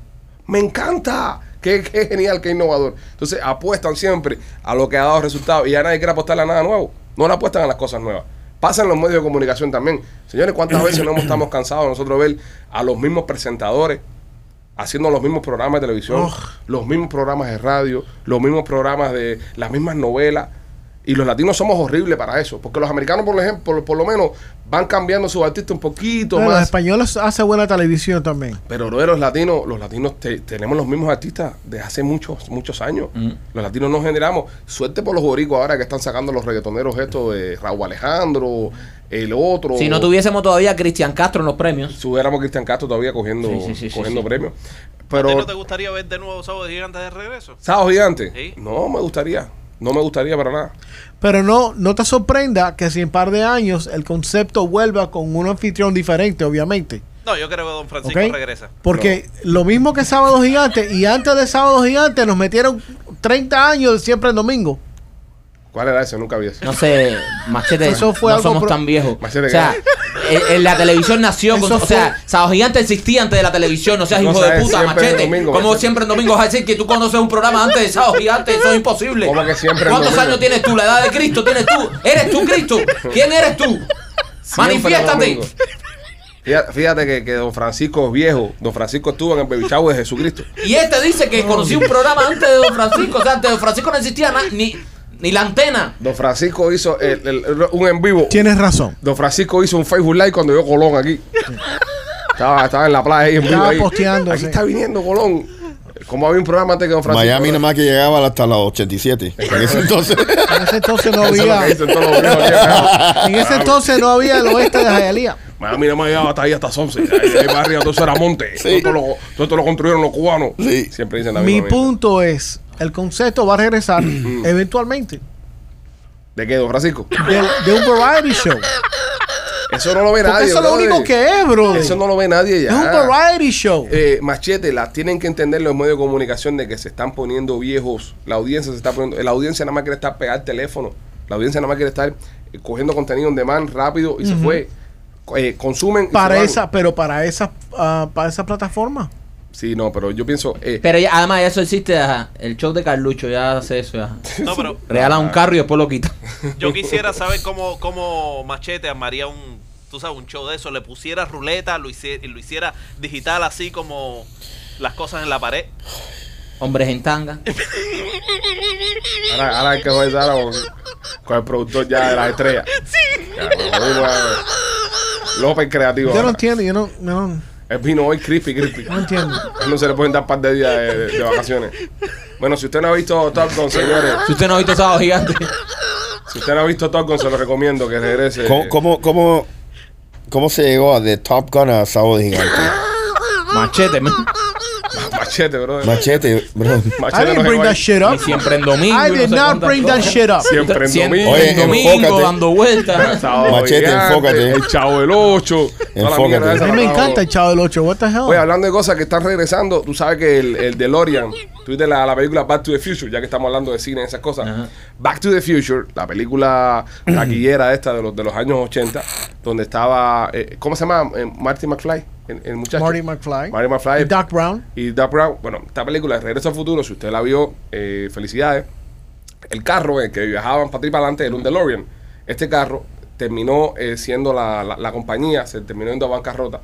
A: ¡Me encanta! ¡Qué, qué genial, qué innovador! Entonces apuestan siempre a lo que ha dado resultado y ya nadie quiere apostarle a nada nuevo. No le apuestan a las cosas nuevas. Pasa en los medios de comunicación también. Señores, ¿cuántas veces no estamos cansados nosotros ver a los mismos presentadores haciendo los mismos programas de televisión,
C: Ugh.
A: los mismos programas de radio, los mismos programas de las mismas novelas. Y los latinos somos horribles para eso, porque los americanos, por ejemplo, por, por lo menos van cambiando sus artistas un poquito
C: Bueno, los
A: más.
C: españoles hacen buena televisión también.
A: Pero bro, los latinos, los latinos te- tenemos los mismos artistas desde hace muchos, muchos años.
B: Mm.
A: Los latinos nos generamos. Suerte por los boricos ahora que están sacando los reggaetoneros estos de Raúl Alejandro, el otro.
B: Si no tuviésemos todavía a Cristian Castro en los premios.
A: Subiéramos a Cristian Castro todavía cogiendo,
B: Sí, sí, sí, sí,
A: cogiendo
B: sí.
A: premios.
E: ¿A
A: Pero
E: ti no te gustaría ver de nuevo Sábado Gigantes de regreso?
A: ¿Sábado gigante?
E: Sí.
A: No me gustaría. No me gustaría para nada.
C: Pero no, no te sorprenda que si en par de años el concepto vuelva con un anfitrión diferente, obviamente.
E: No, yo creo que Don Francisco
C: ¿ok?
E: regresa.
C: Porque lo mismo que Sábado Gigante y antes de Sábado Gigante nos metieron 30 años de siempre el domingo.
A: ¿Cuál era ese? Nunca vi ese.
B: No sé, Machete,
C: Eso fue
B: no
C: algo
B: somos
C: pro-
B: tan viejos.
A: Machete,
B: o sea, eh, eh, la televisión nació con...
C: Eso
B: O sea,
C: fue-
B: Sábado Gigante existía antes de la televisión, no seas
A: No
B: hijo
A: sabes,
B: de puta,
A: siempre
B: Machete.
A: el domingo,
B: Como
A: Machete.
B: siempre en domingo vas a decir que tú conoces un programa antes de Sábado Gigante, eso es imposible.
A: ¿Cómo que siempre el
B: ¿Cuántos
A: domingo?
B: años tienes tú? ¿La edad de Cristo tienes tú? ¿Eres tú Cristo? ¿Quién eres tú? Manifiéstate.
A: Siempre domingo. Fíjate, fíjate que, que Don Francisco es viejo. Don Francisco estuvo en el baby shower de Jesucristo.
B: Y este dice que conocí un programa antes de Don Francisco. O sea, antes de Don Francisco no existía na- ni, ni la antena.
A: Don Francisco hizo el- el- un en vivo.
C: Tienes razón.
A: Don Francisco hizo un Facebook Live cuando vio Colón aquí. Estaba, estaba en la playa ahí en vivo.
C: Estaba
A: ahí.
C: posteando,
A: Aquí
C: sí.
A: está viniendo Colón. Como había un programa antes que Don Francisco.
D: Miami nada más que llegaba hasta la 87. En ese entonces.
C: En ese entonces no
A: Eso es lo
C: había,
A: que dicen todos los viejos aquí, ¿no?
C: en ese entonces no había el oeste de Jayalía.
A: Miami nada más llegaba hasta ahí, hasta 11. Ahí, ahí para arriba, todo eso era monte.
D: Sí.
A: Todo, lo, todo esto lo construyeron los cubanos.
D: Sí.
A: Siempre dicen la
C: Mi
A: misma mierda.
C: punto es, el concepto va a regresar eventualmente
A: ¿De qué, Don Francisco?
C: del- de, un variety show.
A: Eso no lo ve
C: Porque
A: nadie.
C: eso es lo
A: brother.
C: único que es, bro.
A: Eso no lo ve nadie ya.
C: Es un variety show.
A: Eh, machete, las tienen que entender los medios de comunicación de que se están poniendo viejos. La audiencia se está poniendo. La audiencia nada más quiere estar pegada al teléfono. La audiencia nada más quiere estar eh, cogiendo contenido on demand rápido y se fue. Eh, consumen. y se
C: para
A: van.
C: esa, pero para esa, ah, para esa plataforma.
A: Sí, no, pero yo pienso. eh,
B: Pero ya- además eso existe, ajá. el show de Carlucho ya hace eso. ya.
E: No, pero
B: Regala
A: Ah.
B: un carro y después lo quita.
E: yo quisiera saber cómo, cómo Machete armaría un, tú sabes, un show de eso. Le pusiera ruleta, lo hiciera, lo hiciera digital así como las cosas en la pared.
B: Hombres en tanga.
A: ahora, ahora hay que joder ahora con, con el productor ya de las estrellas. Ya, bueno, uno, eh, López Creativo.
C: Yo no
A: ahora.
C: entiendo, yo no, yo no,
A: Él vino hoy crispy, crispy.
C: no entiendo.
A: Él no se le pueden dar par de días de, de vacaciones. Bueno, si usted no ha visto Top Gun, señores,
B: Si usted no ha visto sábado gigante.
A: si usted no ha visto Top Gun, se lo recomiendo que regrese.
D: ¿Cómo, cómo, cómo, cómo se llegó a de Top Gun a Sábado Gigante?
B: Machete, man.
A: Machete, bro.
D: Machete, bro.
C: I
A: Machete
C: didn't
A: nos
C: bring
A: llegó
C: that
A: ahí.
C: shit up.
B: Y siempre en domingo.
C: I
B: y no
C: did
B: sé
C: not
B: cuántas
C: bring that
B: cosas.
C: shit up.
A: Siempre en
B: Siempre
A: domingo.
D: Oye,
B: en domingo,
D: enfócate.
B: dando vueltas. ¿eh?
A: Sábado
D: Machete,
A: gigante,
D: enfócate.
A: El chavo del 8.
D: Enfócate.
C: A mí me encanta el Chavo del 8. What the hell?
A: Oye, hablando de cosas que están regresando, tú sabes que el, el DeLorean, tú viste la, la película Back to the Future, ya que estamos hablando de cine y esas cosas.
B: Ajá.
A: Back to the Future, la película taquillera esta de los, de los años 80, donde estaba, eh, ¿cómo se llama? Eh, Marty McFly, el, el muchacho.
C: Marty McFly.
A: Marty McFly.
C: Y Doc Brown.
A: Y Doc Brown, bueno, esta película, Regreso al Futuro, si usted la vio, eh, felicidades. El carro en el que viajaban para atrás y para adelante era un DeLorean. Este carro terminó eh, siendo la, la- la compañía, se terminó yendo a bancarrota.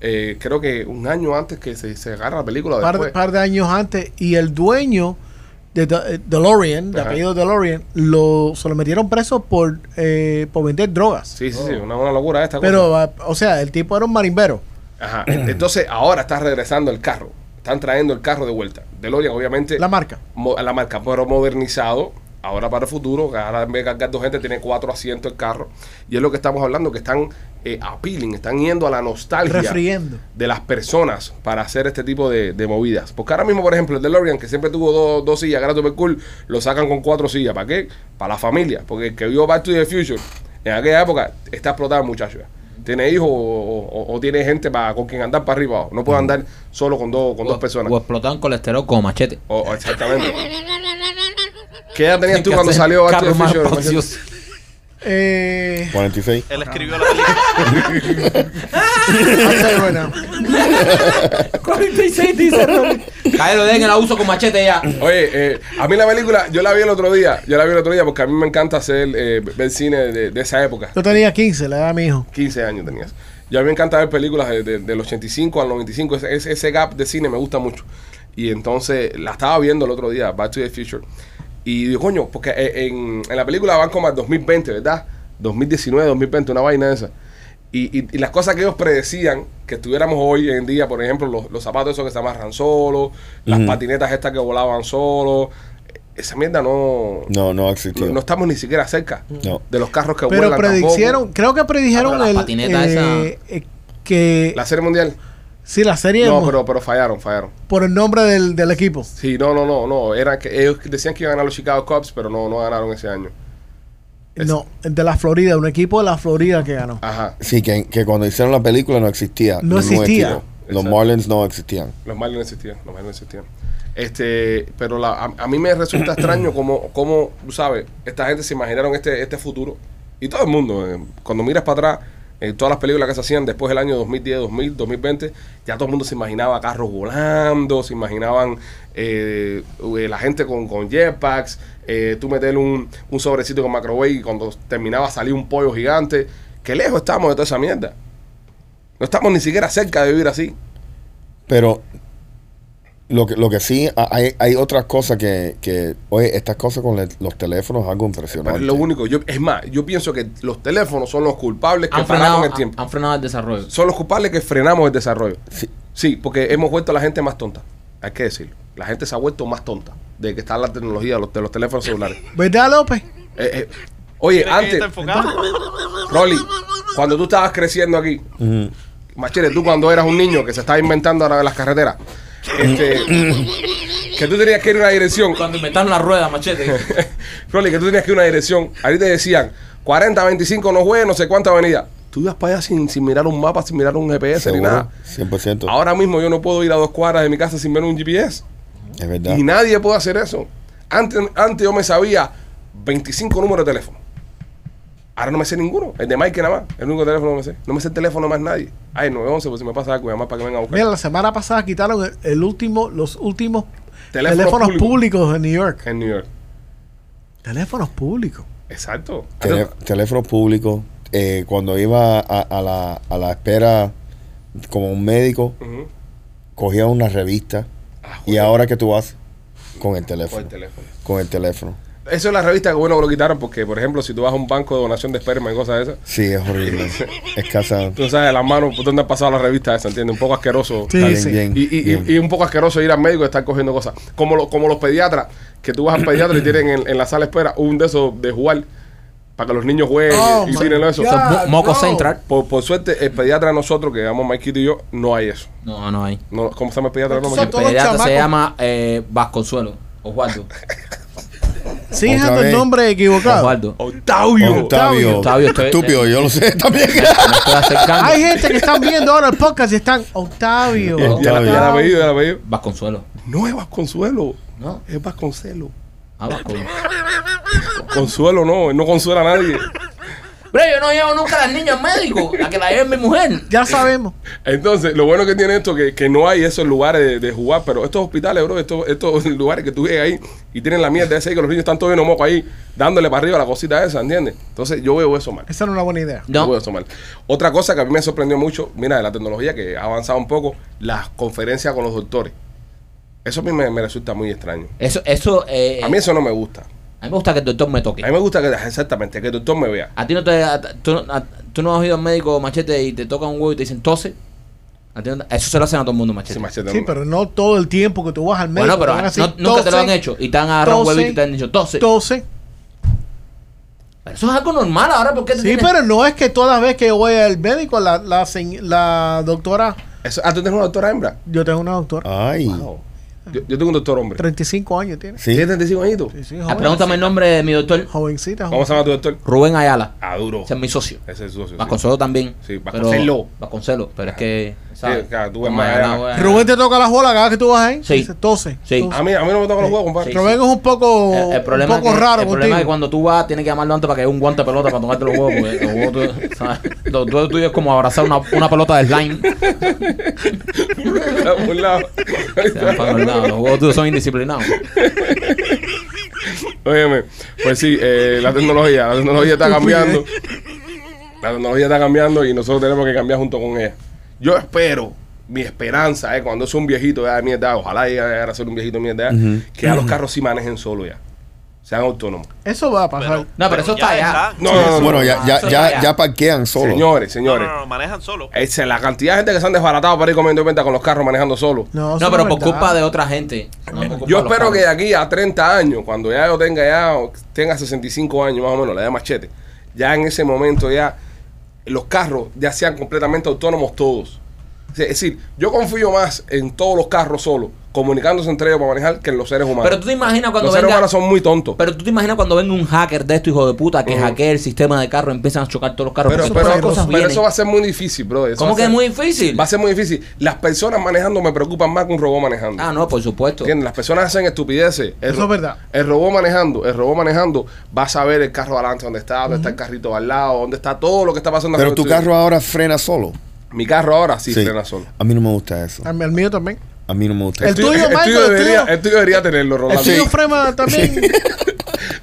A: Eh, creo que un año antes que se, se agarra la película.
C: par, de-
A: después.
C: par de años antes y el dueño de Do- eh, DeLorean, de
A: Ajá.
C: apellido DeLorean, lo, se lo metieron preso por, eh, por vender drogas.
A: Sí, sí, sí, una, una locura esta. cosa.
C: Pero, ah, o sea, el tipo era un marimbero.
A: Ajá. Entonces, ahora está regresando el carro. Están trayendo el carro de vuelta. DeLorean, obviamente.
C: La marca.
A: mo- a la marca, pero modernizado. Ahora para el futuro, que ahora en vez de cargar dos gente, tiene cuatro asientos el carro. Y es lo que estamos hablando, que están eh, appealing, están yendo a la nostalgia
C: Refriendo.
A: de las personas para hacer este tipo de, de movidas. Porque ahora mismo, por ejemplo, el DeLorean, que siempre tuvo dos, dos sillas, que era super cool, lo sacan con cuatro sillas. ¿Para qué? Para la familia. Porque el que vio Back to the Future, en aquella época, está explotado el muchacho. ya. Tiene hijos o, o- o tiene gente para, con quien andar para arriba. abajo. No puede andar solo con, dos con dos personas.
B: O explotaban colesterol como machete.
A: O- o exactamente. ¿Qué edad tenías tú
B: Que
A: cuando
B: Este hacer
A: salió Back to
B: carros
A: the
B: más
A: Future?
B: espaciosos.
C: Eh,
D: 46.
E: Él escribió la película.
C: I'll tell you right now.
B: 46 dice Rolly. Cállalo, den el abuso con machete ya.
A: Oye, eh, a mí la película, yo la vi el otro día. Yo la vi el otro día porque a mí me encanta hacer eh, ver cine de, de esa época.
C: Yo tenía 15, la edad de mi hijo.
A: 15 años tenías. Yo a mí me encanta ver películas de- de- del 85 al 95. Ese, ese- ese gap de cine me gusta mucho. Y entonces la estaba viendo el otro día, Back to the Future. Y digo, coño, porque eh, en, en la película van como al 2020, ¿verdad? 2019, 2020, una vaina de esa. Y, y- y las cosas que ellos predecían que estuviéramos hoy en día, por ejemplo, los, los zapatos esos que se amarran solos, las patinetas estas que volaban solos. Esa mierda no.
D: No, no
A: No,
D: existió.
A: no estamos ni siquiera cerca
D: No.
A: de los carros que
C: Pero
A: vuelan. tampoco.
C: predijeron, creo que predijeron
B: Ahora la
C: el,
B: patineta
C: eh, eh, que
A: La serie mundial.
C: sí, la serie
A: No,
C: mo-
A: pero, pero fallaron, fallaron.
C: por el nombre del, del equipo.
A: Sí, no, no, no, no. Era que ellos decían que iban a ganar los Chicago Cubs, pero no, no ganaron ese año.
C: No, de la Florida, un equipo de la Florida que ganó.
A: Ajá.
D: Sí, que, que cuando hicieron la película no existía.
C: No
D: ningún
C: existía.
D: equipo. Los
A: Exacto.
D: Marlins no existían.
A: Los males no existían, los males no existían. Este, pero la, a, a mí me resulta extraño cómo, cómo, tú sabes, esta gente se imaginaron este, este futuro. Y todo el mundo, eh, cuando miras para atrás, eh, todas las películas que se hacían después del año 2010, 2000, 2020, ya todo el mundo se imaginaba carros volando, se imaginaban eh, eh, la gente con, con jetpacks, eh, tú meter un, un sobrecito con microwave y cuando terminaba salía un pollo gigante. Qué lejos estamos de toda esa mierda. No estamos ni siquiera cerca de vivir así.
D: Pero lo que, lo que sí, ha- hay, hay otras cosas que, que, oye, estas cosas con le- los teléfonos es algo
A: Pero
D: impresionante.
A: es lo único. Yo, es más, yo pienso que los teléfonos son los culpables que
B: Han
A: pararon
B: frenado,
A: el tiempo.
B: han frenado el desarrollo.
A: Son los culpables que frenamos el desarrollo.
D: Sí.
A: Sí, porque hemos vuelto a la gente más tonta. Hay que decirlo. La gente se ha vuelto más tonta de que está la tecnología de los, de los teléfonos celulares.
C: ¿Verdad, López?
A: Eh, eh, Oye,
E: ¿Crees que
A: antes,
E: está enfocado?
A: Rolly, cuando tú estabas creciendo aquí,
D: Ujú.
A: Machete, tú cuando eras un niño que se estaba inventando ahora las carreteras, este, que tú tenías que ir a una dirección
B: Cuando inventaron la rueda, machete.
A: Rolly, que tú tenías que ir a una dirección. Ahí te decían 40, 25, no juegues, no sé cuánta avenida. Tú ibas para allá sin, sin mirar un mapa, sin mirar un GPS ni
D: Seguro,
A: nada.
D: 100%.
A: Ahora mismo yo no puedo ir a dos cuadras de mi casa sin ver un GPS.
D: es verdad.
A: Y nadie puede hacer eso. Antes, antes yo me sabía 25 números de teléfono. Ahora no me sé ninguno. El de Mike nada más. El único teléfono que me sé. No me sé el teléfono de más nadie. Ay, 911, pues si me pasa algo, más para que vengan a buscar.
C: Mira, la semana pasada quitaron el, el último, los últimos
A: Teléfonos
C: teléfonos,
A: públicos.
C: públicos de New York.
A: En New York.
C: Teléfonos públicos.
A: Exacto.
D: Tele- teléfono público. eh, cuando iba a, a la, a la espera como un médico,
A: Ujú.
D: cogía una revista.
A: Ah,
D: y ahora que tú vas con el
A: Con
D: teléfono.
A: el teléfono.
D: Con el teléfono.
A: Eso es la revista que bueno que lo quitaron porque, por ejemplo, si tú vas a un banco de donación de esperma y cosas de esas,
D: Sí, es horrible. es casa.
A: tú no sabes las manos por dónde han pasado las revistas esas, ¿entiendes? Un poco asqueroso.
C: Sí,
D: Está bien,
C: sí.
D: bien,
A: Y, y- y-
D: bien.
A: y un poco asqueroso ir al médico y estar cogiendo cosas. Como, lo- como los pediatras, que tú vas al pediatra y tienen en, en la sala de espera un de esos de jugar para que los niños jueguen
C: Oh,
A: y
C: my
A: tienen eso.
C: God. Ah,
B: Mo- Moco
C: no.
B: Central.
A: Por, por suerte, el pediatra de nosotros, que llamamos Maikito y yo, no hay eso.
B: No, no hay.
A: No, ¿Cómo se llama el pediatra? No,
C: Son
A: Maikito?
C: todos
B: Pediatra se
C: chamacos.
B: llama eh, Vasconsuelo. Osvaldo.
C: Sigue
D: Otra
C: dejando el
D: vez.
C: nombre equivocado.
B: Osvaldo.
A: Octavio.
D: Octavio.
B: Octavio, estoy-
D: Estúpido, yo lo sé también.
B: Me estoy acercando.
C: Hay gente que están viendo ahora el podcast y están Octavio.
A: Y el- y el- y el
D: Octavio.
A: apellido, y el apellido.
B: Vasconsuelo.
A: No es Vasconsuelo,
B: No.
A: es Vasconcelo.
B: Ah, Vasconsuelo.
A: Consuelo no, él no consuela a nadie.
B: Pero yo no llevo nunca a las niñas al médico. La que la lleva es mi mujer.
C: Ya sabemos.
A: Entonces, lo bueno que tiene esto que, que no hay esos lugares de, de jugar, pero estos hospitales, bro, estos, estos lugares que tú llegas ahí y tienen la mierda esa ahí que los niños están todos en moco ahí, dándole para arriba la cosita esa, ¿entiendes? Entonces, yo veo eso mal.
C: Esa no es una buena idea.
A: Yo
B: No.
A: veo eso mal. Otra cosa que a mí me sorprendió mucho, mira, de la tecnología que ha avanzado un poco, las conferencias con los doctores. Eso a mí me, me resulta muy extraño.
B: Eso, eso, eh,
A: A mí eso no me gusta.
B: me gusta que el doctor me
A: A
B: toque.
A: mí me gusta que exactamente que el doctor me vea.
B: A ti no te. a- tú, no- a- tú no has ido al médico machete y te toca un huevo y te dicen tose. A ti no- eso se lo hacen a todo el mundo machete.
A: Ese machete,
C: Sí,
A: ¿no?
C: pero no todo el tiempo que tú vas al médico.
B: Bueno, pero
C: te van a decir,
B: no- nunca te lo han
C: "Tose,
B: hecho. Y te han agarrado un
C: tose,
B: huevito y te han dicho tose.
C: Tose.
B: Pero eso es algo normal ahora porque te
C: Sí,
B: tienes-
C: pero no es que todas las veces que voy al médico, la, la, señ- la doctora,
A: Eso- ah, tú tienes una doctora hembra.
C: yo tengo una
B: Ah,
C: doctora,
D: Ay.
A: Wow. Yo, yo tengo un doctor hombre.
C: 35 años tiene.
D: Sí.
A: 35 añitos.
C: Sí, sí,
B: Ah,
C: joven.
B: pregúntame el nombre de mi doctor.
C: Jovencita, joven.
A: ¿Cómo se llama tu doctor?
B: Rubén Ayala.
A: Ah, duro.
B: Ese es mi socio.
A: Ese es su socio. sí.
B: Vasconcelos también.
A: Sí,
B: pero-
A: Vasconcelo.
B: Vasconcelos, pero es que. ¿sabes?
A: claro, tú ves
B: Como
A: más
B: Ayala,
A: allá.
B: güey.
C: Rubén te toca las bolas cada vez que tú vas ahí.
B: Sí.
C: Dice, tose.
B: Sí. Ah,
C: tose.
A: A mí, a mí no me tocan los huevos, compadre.
B: Sí,
C: Rubén es un poco,
B: El, el problema
C: un poco
B: es que,
C: raro
B: el problema es que
C: contigo.
B: cuando tú vas tienes que llamarlo antes para que haya un guante de pelota para tomarte los huevos. Porque los huevos tuyos, ¿sabes? Los huevos tuyos es como abrazar una, una pelota de slime.
A: A un lado.
B: Se van para los lados. Los huevos tuyos son indisciplinados.
A: Óyeme, pues sí, eh, la tecnología, la tecnología está cambiando. La tecnología está cambiando y nosotros tenemos que cambiar junto con ella. Yo espero, mi esperanza es cuando es un viejito ya de mierda, ojalá llegue a ser un viejito de mierda, que ya los carros sí manejen solo ya. Sean autónomos.
C: Eso va a pasar.
B: No, pero eso
E: ya
B: está allá.
A: No, no, no,
D: Bueno,
A: no.
D: ya, ya, ya, ya parquean solo.
A: Señores,
E: No,
A: señores. Eh,
E: no, no, manejan solo.
A: Esa es la cantidad de gente que se han desbaratado para ir comiendo venta con los carros manejando solo.
C: No, eso
B: No, pero
C: es
B: por
C: verdad.
B: culpa de otra gente. no por
A: Yo
B: culpa de los
A: espero que de
B: cabros.
A: aquí a 30 años, cuando ya yo tenga ya tenga 65 años más o menos, la edad de machete, ya en ese momento ya los carros ya sean completamente autónomos todos. Sí, Es decir, yo confío más en todos los carros solos, comunicándose entre ellos para manejar, que en los seres humanos.
B: Pero tú te imaginas cuando
A: los seres
B: venga.
A: humanos son muy tontos.
B: Pero tú te imaginas cuando venga un hacker de esto, hijo de puta, que
A: Ujú.
B: hackea el sistema de carro, empiezan a chocar todos los carros.
A: Oh. Pero,
B: Porque
A: pero-
B: esas cosas
A: pero
B: vienen.
A: eso va a ser muy difícil, bro. Eso
B: ¿Cómo
A: va a
B: que es
A: ser-
B: muy difícil?
A: Va a ser muy difícil. Las personas manejando me preocupan más que un robot manejando.
B: Ah, no, por supuesto.
A: ¿Entiendes? Las personas hacen estupideces. El
C: Eso
A: ro-
C: es verdad.
A: El robot manejando, el robot manejando va a saber el carro adelante dónde está, dónde está el carrito al lado, dónde está todo lo que está pasando.
D: Pero tu
A: alrededor
D: carro
A: tuyo.
D: ahora frena solo.
A: Mi carro ahora sí, frena solo.
D: A mí no me gusta eso.
C: Al, al mío también.
D: A mí no me gusta
C: Ah. El
D: eso.
C: tuyo, Michael, el
A: debería,
C: tuyo.
A: el tuyo debería tenerlo,
C: El
A: Rolando.
C: tuyo frema también.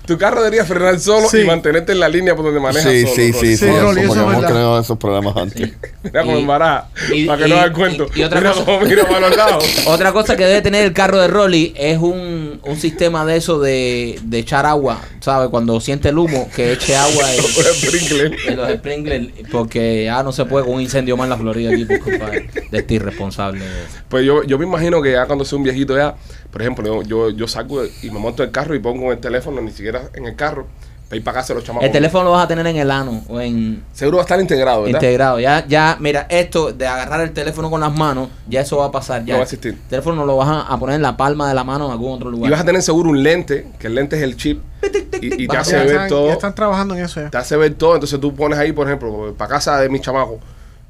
A: Tu carro debería frenar solo
C: Sí.
A: y mantenerte en la línea por donde manejas
D: Sí,
A: solo.
D: sí,
A: Rolando.
D: sí, sí.
C: Sí,
D: eso,
C: Rolly, eso
D: porque
C: es
D: hemos
C: verdad.
D: creado esos problemas antes.
A: Mira como
B: Y-
A: embaraja,
B: y-
A: para que
B: y-
A: no hagas
B: y-
A: cuento.
B: y otra
A: mira
B: cosa-
A: cómo mira para los lados.
B: Otra cosa que debe tener el carro de Rolly es un, un sistema de eso de, de echar agua, ¿sabes? Cuando siente el humo, que eche agua
A: Con
B: en,
A: el sprinkler.
B: en los sprinklers, porque ya no se puede con un incendio más en la Florida aquí por culpa de de este irresponsable.
A: Pues yo, yo me imagino que ya cuando soy un viejito ya, por ejemplo, yo, yo, yo saco y me monto en el carro y pongo el teléfono, ni siquiera en el carro, para ir para casa de los chamacos.
B: El teléfono lo vas a tener en el ano o en
A: Seguro va a estar integrado, ¿verdad?
B: integrado. Ya, ya, mira, esto de agarrar el teléfono con las manos, ya eso va a pasar. Ya.
A: No va a existir.
B: El teléfono lo vas a- a poner en la palma de la mano en algún otro
A: y
B: lugar.
A: vas a tener seguro un lente, que el lente es el chip, y, y te
B: Vas a
A: hace
C: ya,
A: ver
C: están,
A: todo.
C: ya están trabajando en eso ya.
A: Te hace ver todo. Entonces tú pones ahí, por ejemplo, para casa de mis chamacos,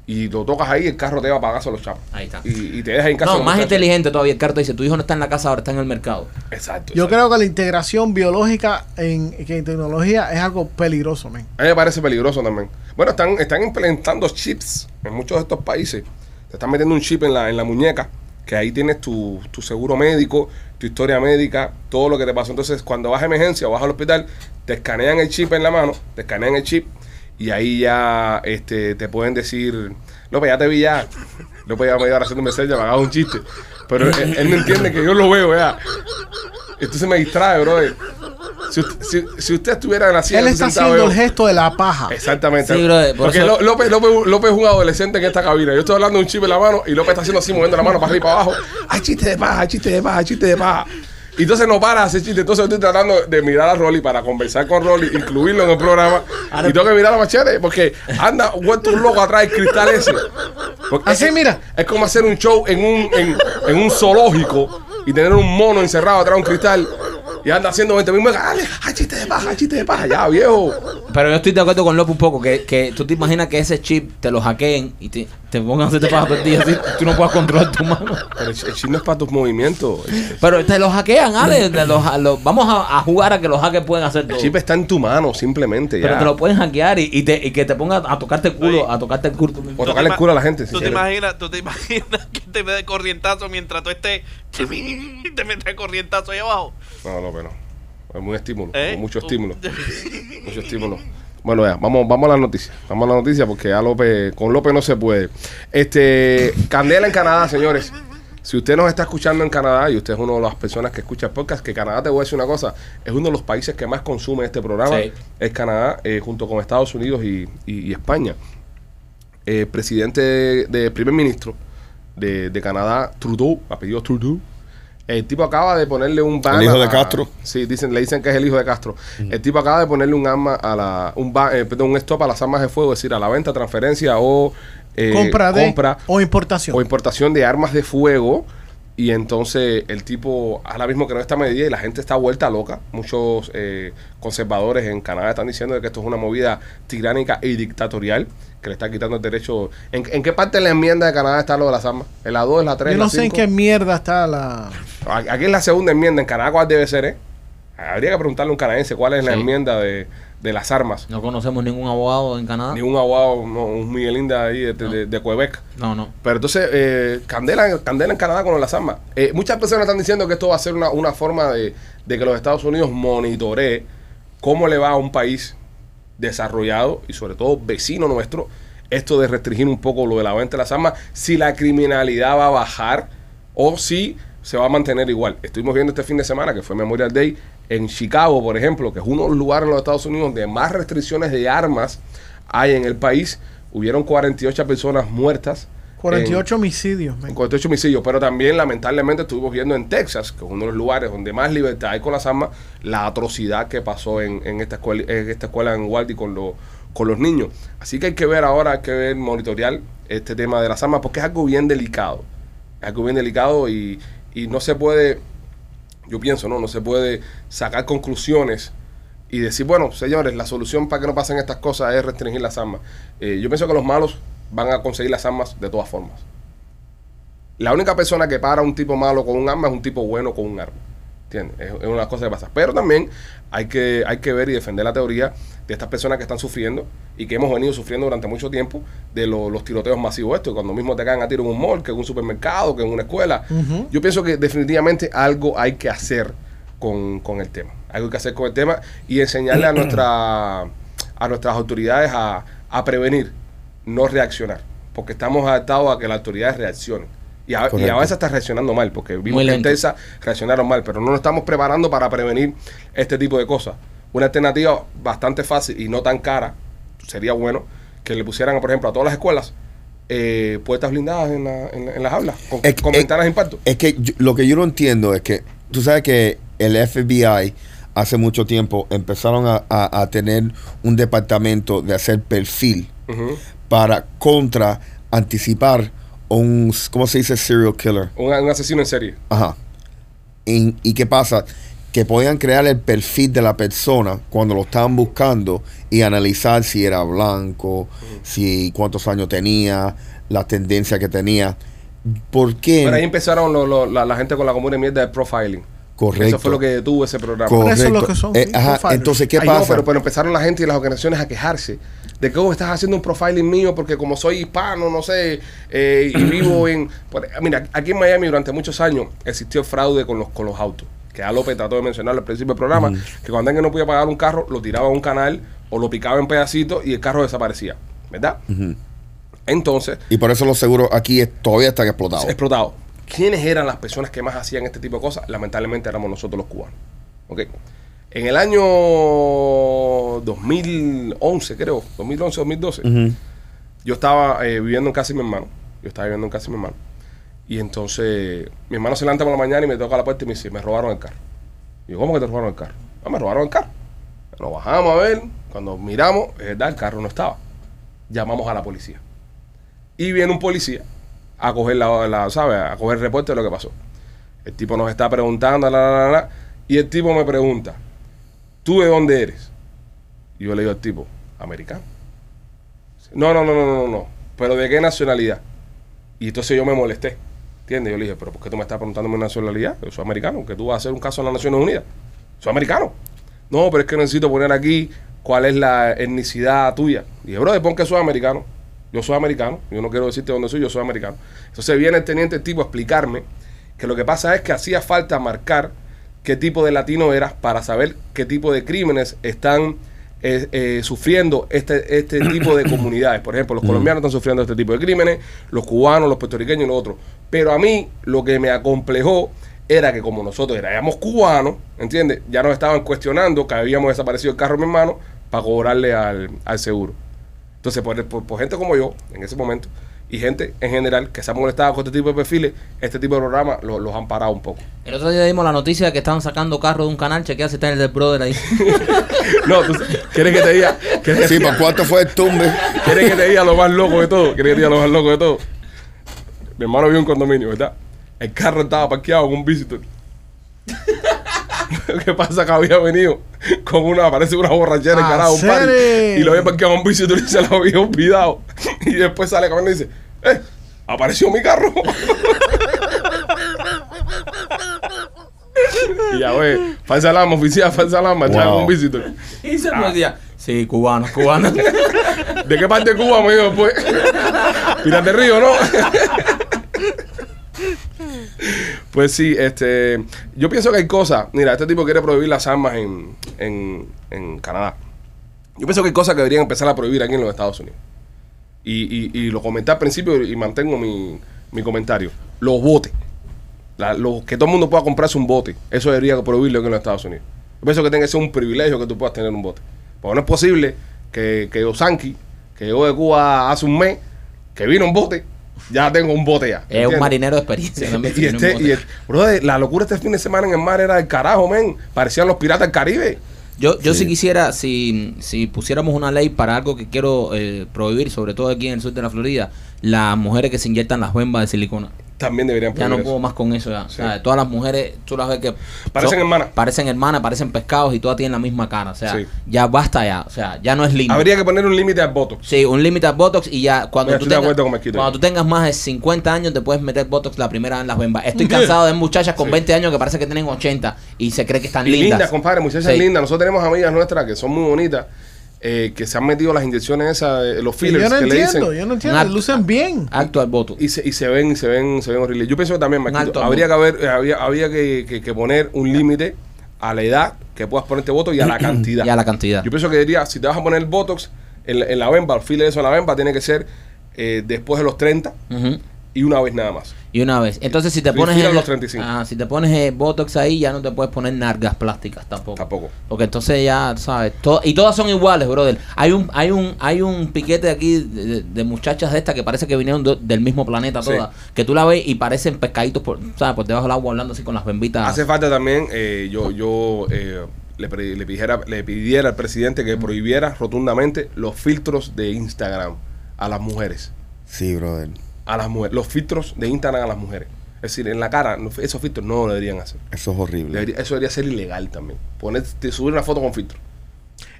A: y lo tocas ahí, el carro te va para casa de los chapos.
B: Ahí está.
A: Y, y te deja en casa. de
B: No,
A: los
B: más
A: muchachos.
B: inteligente todavía. El carro te dice, tu hijo no está en la casa, ahora está en el mercado.
A: Exacto.
C: Yo
A: exacto.
C: creo que la integración biológica en, que en tecnología es algo peligroso, men.
A: A mí me parece peligroso también. Bueno, están, están implementando chips en muchos de estos países. Te están metiendo un chip en la, en la muñeca, que ahí tienes tu, tu seguro médico, tu historia médica, todo lo que te pasó. Entonces, cuando vas a emergencia o vas al hospital, te escanean el chip en la mano, te escanean el chip y ahí ya este, te pueden decir, López, ya te vi ya. López ya me iba a hacer un mensaje, me hagas un chiste. Pero él, él no entiende que yo lo veo, ya. Entonces me distrae, bro. Si, usted- si, si usted estuviera en la silla
C: Él
A: de
C: está
A: su sentado,
C: haciendo el
A: veo-
C: gesto de la paja.
A: Exactamente.
B: Sí, brother, por
A: Porque
B: eso-
A: Ló- López, López, López es un adolescente en esta cabina. Yo estoy hablando de un chip en la mano y López está haciendo así, moviendo la mano para arriba y para abajo. ¡Ay, chiste de paja! ¡Ay, chiste de paja! ¡Ay, chiste de paja! Y entonces no para de hacer chiste. Entonces yo estoy tratando de mirar a Rolly para conversar con Rolly, incluirlo en el programa. y tengo que mirar a Machete porque anda vuelto un loco atrás del cristal ese. Porque
C: Así,
A: es-
C: mira.
A: Es como hacer un show en un, en, en un zoológico y tener un mono encerrado atrás de un cristal. Y anda haciendo 20 mil muecas. ¡Dale! ¡Ay, chiste de paja! ¡Ay, chiste de paja! Ya, viejo.
B: Pero yo estoy de acuerdo con López un poco, que, que tú te imaginas que ese chip te lo hackeen y te, te pongan a hacerte paja todo el día, así, tú no puedas controlar tu mano.
A: Pero el, el chip no es para tus movimientos. El,
B: Pero te lo hackean, Ale. te lo- a lo- vamos a, a jugar a que los hackers pueden hacer todo.
A: el chip está en tu mano, simplemente.
B: pero
A: ya.
B: te lo pueden hackear y, y te, y que te ponga a tocarte el culo, a tocarte el culo.
A: O
E: ¿Tú te
A: tocarle el
E: ima-
A: culo a la gente. si
E: ¿Tú te,
A: quieres.
E: imaginas, ¿Tú te imaginas que te me dé corrientazo mientras tú estés... Te metes corrientazo ahí abajo.
A: No, no, pero. Es muy estímulo.
E: ¿eh?
A: Mucho estímulo. Mucho estímulo. Bueno, ya, vamos, vamos a la noticia. Vamos a la noticia porque ya López, con López no se puede. Este, Candela en Canadá, señores. Si usted nos está escuchando en Canadá y usted es una de las personas que escucha el podcast, que Canadá, te voy a decir una cosa, es uno de los países que más consume este programa.
B: Sí.
A: Es Canadá, eh, junto con Estados Unidos y, y- y España. Eh, presidente de, de- primer ministro de, de Canadá, Trudeau, apellido Trudeau. El tipo acaba de ponerle un ban.
D: El hijo de
A: a-
D: Castro.
A: Sí, dicen, le dicen que es el hijo de Castro. El tipo acaba de ponerle un arma a la, un, ba- eh, perdón, un stop a las armas de fuego, es decir, a la venta, transferencia o eh,
C: compra de
A: compra
C: o importación.
A: o importación de armas de fuego. Y entonces el tipo ahora mismo que no esta medida y la gente está vuelta loca. Muchos eh, conservadores en Canadá están diciendo de que esto es una movida tiránica y dictatorial que le está quitando el derecho. ¿En, en qué parte de la enmienda de Canadá está lo de las armas? ¿En la 2, en la 3?
C: Yo no sé en qué mierda está la.
A: A- Aquí es la segunda enmienda. ¿En Canadá cuál debe ser, eh? Habría que preguntarle a un canadiense cuál es la
B: Sí.
A: enmienda de, de las armas.
B: No conocemos ningún abogado en Canadá.
A: Ni un abogado, no, un Miguelín de ahí, de, de- de Quebec.
B: No, no.
A: Pero entonces, eh, Candela, Candela en Canadá con las armas. Eh, muchas personas están diciendo que esto va a ser una, una forma de, de que los Estados Unidos monitoree cómo le va a un país desarrollado y sobre todo vecino nuestro esto de restringir un poco lo de la venta de las armas, si la criminalidad va a bajar o si se va a mantener igual. Estuvimos viendo este fin de semana, que fue Memorial Day, en Chicago, por ejemplo, que es uno de los lugares en los Estados Unidos donde más restricciones de armas hay en el país. Hubieron 48 personas muertas.
C: 48
A: en-
C: homicidios.
A: en
C: men.
A: 48 homicidios, pero también lamentablemente estuvimos viendo en Texas, que es uno de los lugares donde más libertad hay con las armas, la atrocidad que pasó en, en esta, escuela, en esta escuela en Waldy con, los con los niños. Así que hay que ver ahora, hay que ver, monitorear este tema de las armas, porque es algo bien delicado. Es algo bien delicado y, y no se puede, yo pienso, no, no se puede sacar conclusiones y decir, bueno, señores, la solución para que no pasen estas cosas es restringir las armas. Eh, yo pienso que los malos van a conseguir las armas de todas formas. La única persona que para a un tipo malo con un arma es un tipo bueno con un arma. ¿Entiendes? Es, es una cosa que pasa. Pero también hay que, hay que ver y defender la teoría de estas personas que están sufriendo y que hemos venido sufriendo durante mucho tiempo de lo- los tiroteos masivos estos, cuando mismo te caen a tiro en un mall, que en un supermercado, que en una escuela.
C: Ujú.
A: Yo pienso que definitivamente algo hay que hacer con, con el tema. Algo hay que hacer con el tema y enseñarle a, nuestra, a nuestras autoridades a, a prevenir, no reaccionar. Porque estamos adaptados a que las autoridades reaccionen. Y a, y a
D: Correcto.
A: veces está reaccionando mal, porque vimos
B: Muy
A: que en
B: lento.
A: Texas reaccionaron mal, pero no nos estamos preparando para prevenir este tipo de cosas. Una alternativa bastante fácil y no tan cara, sería bueno que le pusieran, por ejemplo, a todas las escuelas eh, puertas blindadas en, la- en la- en las aulas, con,
D: Es-
A: con
D: es-
A: ventanas de impacto.
D: Es que yo- lo que yo no entiendo es que tú sabes que el FBI hace mucho tiempo empezaron a, a- a tener un departamento de hacer perfil
A: Ujú.
D: para contra anticipar un, ¿cómo se dice? Serial killer.
A: un, un asesino en serie.
D: Ajá. En- ¿Y qué pasa? Que podían crear el perfil de la persona cuando lo estaban buscando y analizar si era blanco, si cuántos años tenía, la tendencia que tenía. ¿Por qué?
A: Pero ahí empezaron lo- lo- la, la gente con la común de mierda de profiling.
D: Correcto.
A: Eso fue lo que detuvo ese programa.
D: Correcto.
C: Eso es lo que son,
D: Eh,
C: sí,
D: ajá,
C: profilers.
D: Entonces, ¿qué
A: Ay,
D: pasa?
A: no, pero, pero empezaron la gente y las organizaciones a quejarse de que vos estás haciendo un profiling mío porque como soy hispano, no sé, eh, y vivo en... por- mira, aquí en Miami durante muchos años existió fraude con los, con los autos. Que a López trató de mencionar al principio del programa, que cuando alguien no podía pagar un carro, lo tiraba a un canal o lo picaba en pedacitos y el carro desaparecía. ¿Verdad? Entonces,
D: y por eso los seguros aquí es- todavía están explotados.
A: explotado. ¿Quiénes eran las personas que más hacían este tipo de cosas? Lamentablemente éramos nosotros los cubanos. ¿Ok? En el año 2011, creo, 2011, 2012,
D: Ujú.
A: yo estaba eh, viviendo en casa de mi hermano. Yo estaba viviendo en casa de mi hermano. Y entonces mi hermano se levanta por la mañana y me toca la puerta y me dice, me robaron el carro. Y yo, ¿cómo que te robaron el carro? Ah, me robaron el carro. Nos bajamos a ver, cuando miramos, es verdad, el carro no estaba. Llamamos a la policía. Y viene un policía a coger la, la- ¿sabes? A coger el reporte de lo que pasó. El tipo nos está preguntando, la, la, la, la, y el tipo me pregunta, ¿tú de dónde eres? Y yo le digo al tipo, americano. No, no, no, no, no, no, no. Pero ¿de qué nacionalidad? Y entonces yo me molesté. ¿Entiendes? Yo le dije, pero ¿por qué tú me estás preguntando mi nacionalidad? Yo soy americano, que tú vas a hacer un caso en las Naciones Unidas. Soy americano. No, pero es que necesito poner aquí cuál es la etnicidad tuya. Y dije, brother, pon que soy americano. Yo soy americano. Yo no quiero decirte dónde soy, yo soy americano. Entonces viene el teniente tipo a explicarme que lo que pasa es que hacía falta marcar qué tipo de latino eras para saber qué tipo de crímenes están eh, eh, sufriendo este, este tipo de comunidades. Por ejemplo, los colombianos están sufriendo este tipo de crímenes, los cubanos, los puertorriqueños y los otros. Pero a mí lo que me acomplejó era que como nosotros éramos cubanos, ¿entiendes? Ya nos estaban cuestionando que habíamos desaparecido el carro de mi hermano para cobrarle al, al seguro. Entonces, por, por- por gente como yo, en ese momento, y gente en general que se ha molestado con este tipo de perfiles, este tipo de programas lo- los han parado un poco.
B: El otro día dimos la noticia de que estaban sacando carro de un canal. Chequea si está el del brother ahí.
A: No, tú quieres que te diga, quieres que
D: Sí, ¿por cuánto fue el tumbe?
A: ¿Quieres que te diga lo más loco de todo? ¿Quieres que te diga lo más loco de todo? Mi hermano vio un condominio, ¿verdad? El carro estaba parqueado con un visitor. Lo que pasa es que había venido con una, parece una borrachera
C: Ah,
A: encarada, un party.
C: ¿serio?
A: Y lo había parqueado con un visitor y se lo había olvidado. Y después sale caminando y dice, ¡eh! ¡Apareció mi carro! y ya ves, falsa alarma, oficial, falsa alarma, estaba
D: Wow.
A: con un visitor.
B: Y se
A: Ah.
B: nos decía, sí, cubano, cubano.
A: ¿De qué parte de Cuba me iba después? Pirate Río, ¿no? pues sí, este, yo pienso que hay cosas. Mira, este tipo quiere prohibir las armas en, en, en Canadá. Yo pienso que hay cosas que deberían empezar a prohibir aquí en los Estados Unidos. Y, y- y lo comenté al principio y mantengo mi, mi comentario. Los botes. La- lo- que todo el mundo pueda comprarse un bote. Eso debería prohibirlo aquí en los Estados Unidos. Yo pienso que tenga que ser un privilegio que tú puedas tener un bote. Porque no es posible que, que Osanki, que llegó de Cuba hace un mes, que vino un bote, ya tengo un bote ya.
B: es un
A: ¿entiendes?
B: marinero de experiencia. no me
A: Y
B: tiene un
A: este,
B: bote.
A: y el- brother, la locura este fin de semana en el mar era del carajo, men. Parecían los piratas del Caribe.
B: Yo, yo sí.
D: Sí.
B: quisiera, si, si pusiéramos una ley para algo que quiero eh, prohibir, sobre todo aquí en el sur de la Florida, las mujeres que se inyectan las bembas de silicona.
A: También deberían
B: Ya no
A: prohibir
B: puedo
A: eso.
B: más con eso ya.
A: Sí.
B: O sea, todas las mujeres, tú las ves que...
A: Parecen hermanas.
B: Parecen hermanas, parecen pescados y todas tienen la misma cara. O sea,
A: Sí.
B: ya basta ya. O sea, ya no es lindo.
A: Habría que poner un límite al voto.
B: Sí, un límite al Botox y ya cuando,
A: Mira,
B: tú,
A: estoy de
B: tengas,
A: acuerdo con Marquito.
B: cuando tú tengas más de 50 años te puedes meter Botox la primera vez en las bembas. Estoy cansado de muchachas con
A: Sí.
B: 20 años que parece que tienen 80 y se cree que están
A: Y lindas,
B: lindas.
A: compadre, muchachas
B: Sí.
A: lindas. Nosotros tenemos amigas nuestras que son muy bonitas, eh, que se han metido las inyecciones esas, eh, los
C: Y
A: fillers
C: yo no
A: que
C: entiendo,
A: le
C: yo
A: dicen.
C: no entiendo.
B: Una-
C: Lucen bien.
B: Acto al Botox.
A: Y se, y se ven, se ven, se ven horribles. Yo pienso que también, Marquito,
B: alto
A: habría que haber, eh, había, había que, que- que poner un límite a la edad que puedas ponerte voto y a la cantidad.
B: Y a la cantidad.
A: Yo pienso que diría, si te vas a poner Botox en, la- en la vemba, el filler eso en la vemba, tiene que ser eh, después de los 30
B: Ujú.
A: y una vez nada más.
B: Y una vez. Entonces si te
A: Sí,
B: pones
A: fila
B: el-
A: los 35.
B: Ajá, si te pones el Botox ahí ya no te puedes poner nargas plásticas tampoco.
A: Tampoco.
B: Porque entonces ya sabes, to- y todas son iguales, brother. Hay un hay un hay un piquete aquí de, de- de muchachas de estas que parece que vinieron do- del mismo planeta
A: Sí.
B: todas, que tú la ves y parecen pescaditos por, sabes, por debajo del agua hablando así con las
C: Ah.
B: bembitas.
A: Hace falta también, eh, yo, yo eh, le, pre- le pidiera, le pidiera al presidente que prohibiera rotundamente los filtros de Instagram a las mujeres.
D: Sí, brother.
A: A las mujeres. Los filtros de Instagram a las mujeres. Es decir, en la cara, no- esos filtros no lo deberían hacer.
D: Eso es horrible.
A: Debería- eso debería ser ilegal también. Ponerte, subir una foto con filtro.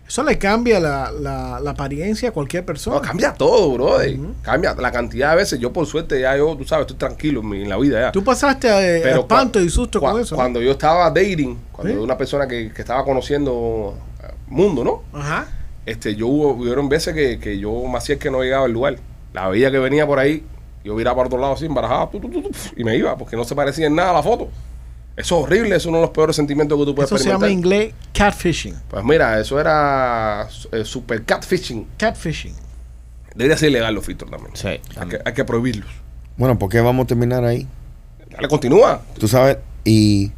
C: Eso le cambia la, la, la apariencia a cualquier persona.
A: No, cambia todo, bro. Cambia la cantidad de veces. Yo, por suerte, ya yo, tú sabes, estoy tranquilo en, mi- en la vida ya.
C: Tú pasaste eh,
A: Pero
C: espanto
A: cua-
C: y susto
A: cua-
C: con eso. ¿no?
A: Cuando yo estaba dating, cuando
C: Sí.
A: una persona que, que estaba conociendo eh, mundo, ¿no?
C: Ajá.
A: este yo hubo, hubieron veces que, que yo me hacía el que no llegaba al lugar. La veía que venía por ahí, yo miraba para otro lado así, embarazada, tu, tu, tu, tu, y me iba, porque no se parecía en nada a la foto. Eso es horrible, eso es uno de los peores sentimientos que tú puedes
C: Eso se llama
A: experimentar.
C: en inglés catfishing.
A: pues mira, eso era eh, super catfishing.
C: Catfishing.
A: Debería ser ilegal los filtros también.
B: Sí,
A: Hay
B: también.
A: que, hay que prohibirlos.
D: Bueno, ¿por qué vamos a terminar ahí?
A: Dale, continúa.
D: Tú sabes, y,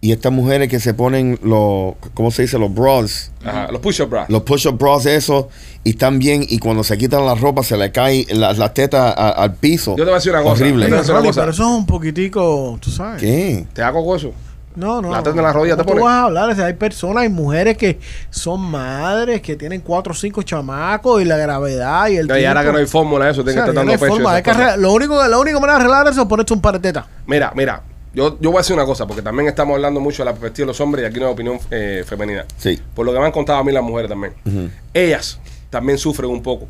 D: y estas mujeres que se ponen los, ¿cómo se dice? Los bras,
A: Ajá, los push-up bras.
D: los push-up bras, eso, y están bien, y cuando se quitan la ropa se le cae la, la teta a- al piso.
A: Yo te voy a decir una cosa.
D: Horrible.
A: Yo te voy a
C: Oiga,
A: hacer una
C: Rolly,
A: cosa.
C: pero eso es un poquitico, tú sabes.
D: ¿Qué?
A: ¿Te hago con eso?
C: No, no.
A: La teta en la rodilla
C: ¿Cómo
A: te
C: tú
A: pone?
C: vas a hablar? O sea, hay personas, hay mujeres que son madres, que tienen cuatro o cinco chamacos y la gravedad y el
A: No, y ahora
C: tiempo.
A: que no hay fórmula, eso
C: O sea,
A: tiene que estar
C: ya no
A: dando
C: hay
A: pecho.
C: forma,
A: esas
C: hay que
A: cosas.
C: arreglar- lo único lo único manera de arreglar eso es ponerte un par de tetas.
A: Mira, mira, yo, yo voy a decir una cosa, porque también estamos hablando mucho de la perspectiva de los hombres y aquí no hay opinión eh, femenina.
D: Sí.
A: Por lo que me han contado a mí las mujeres también. Ellas también sufren un poco,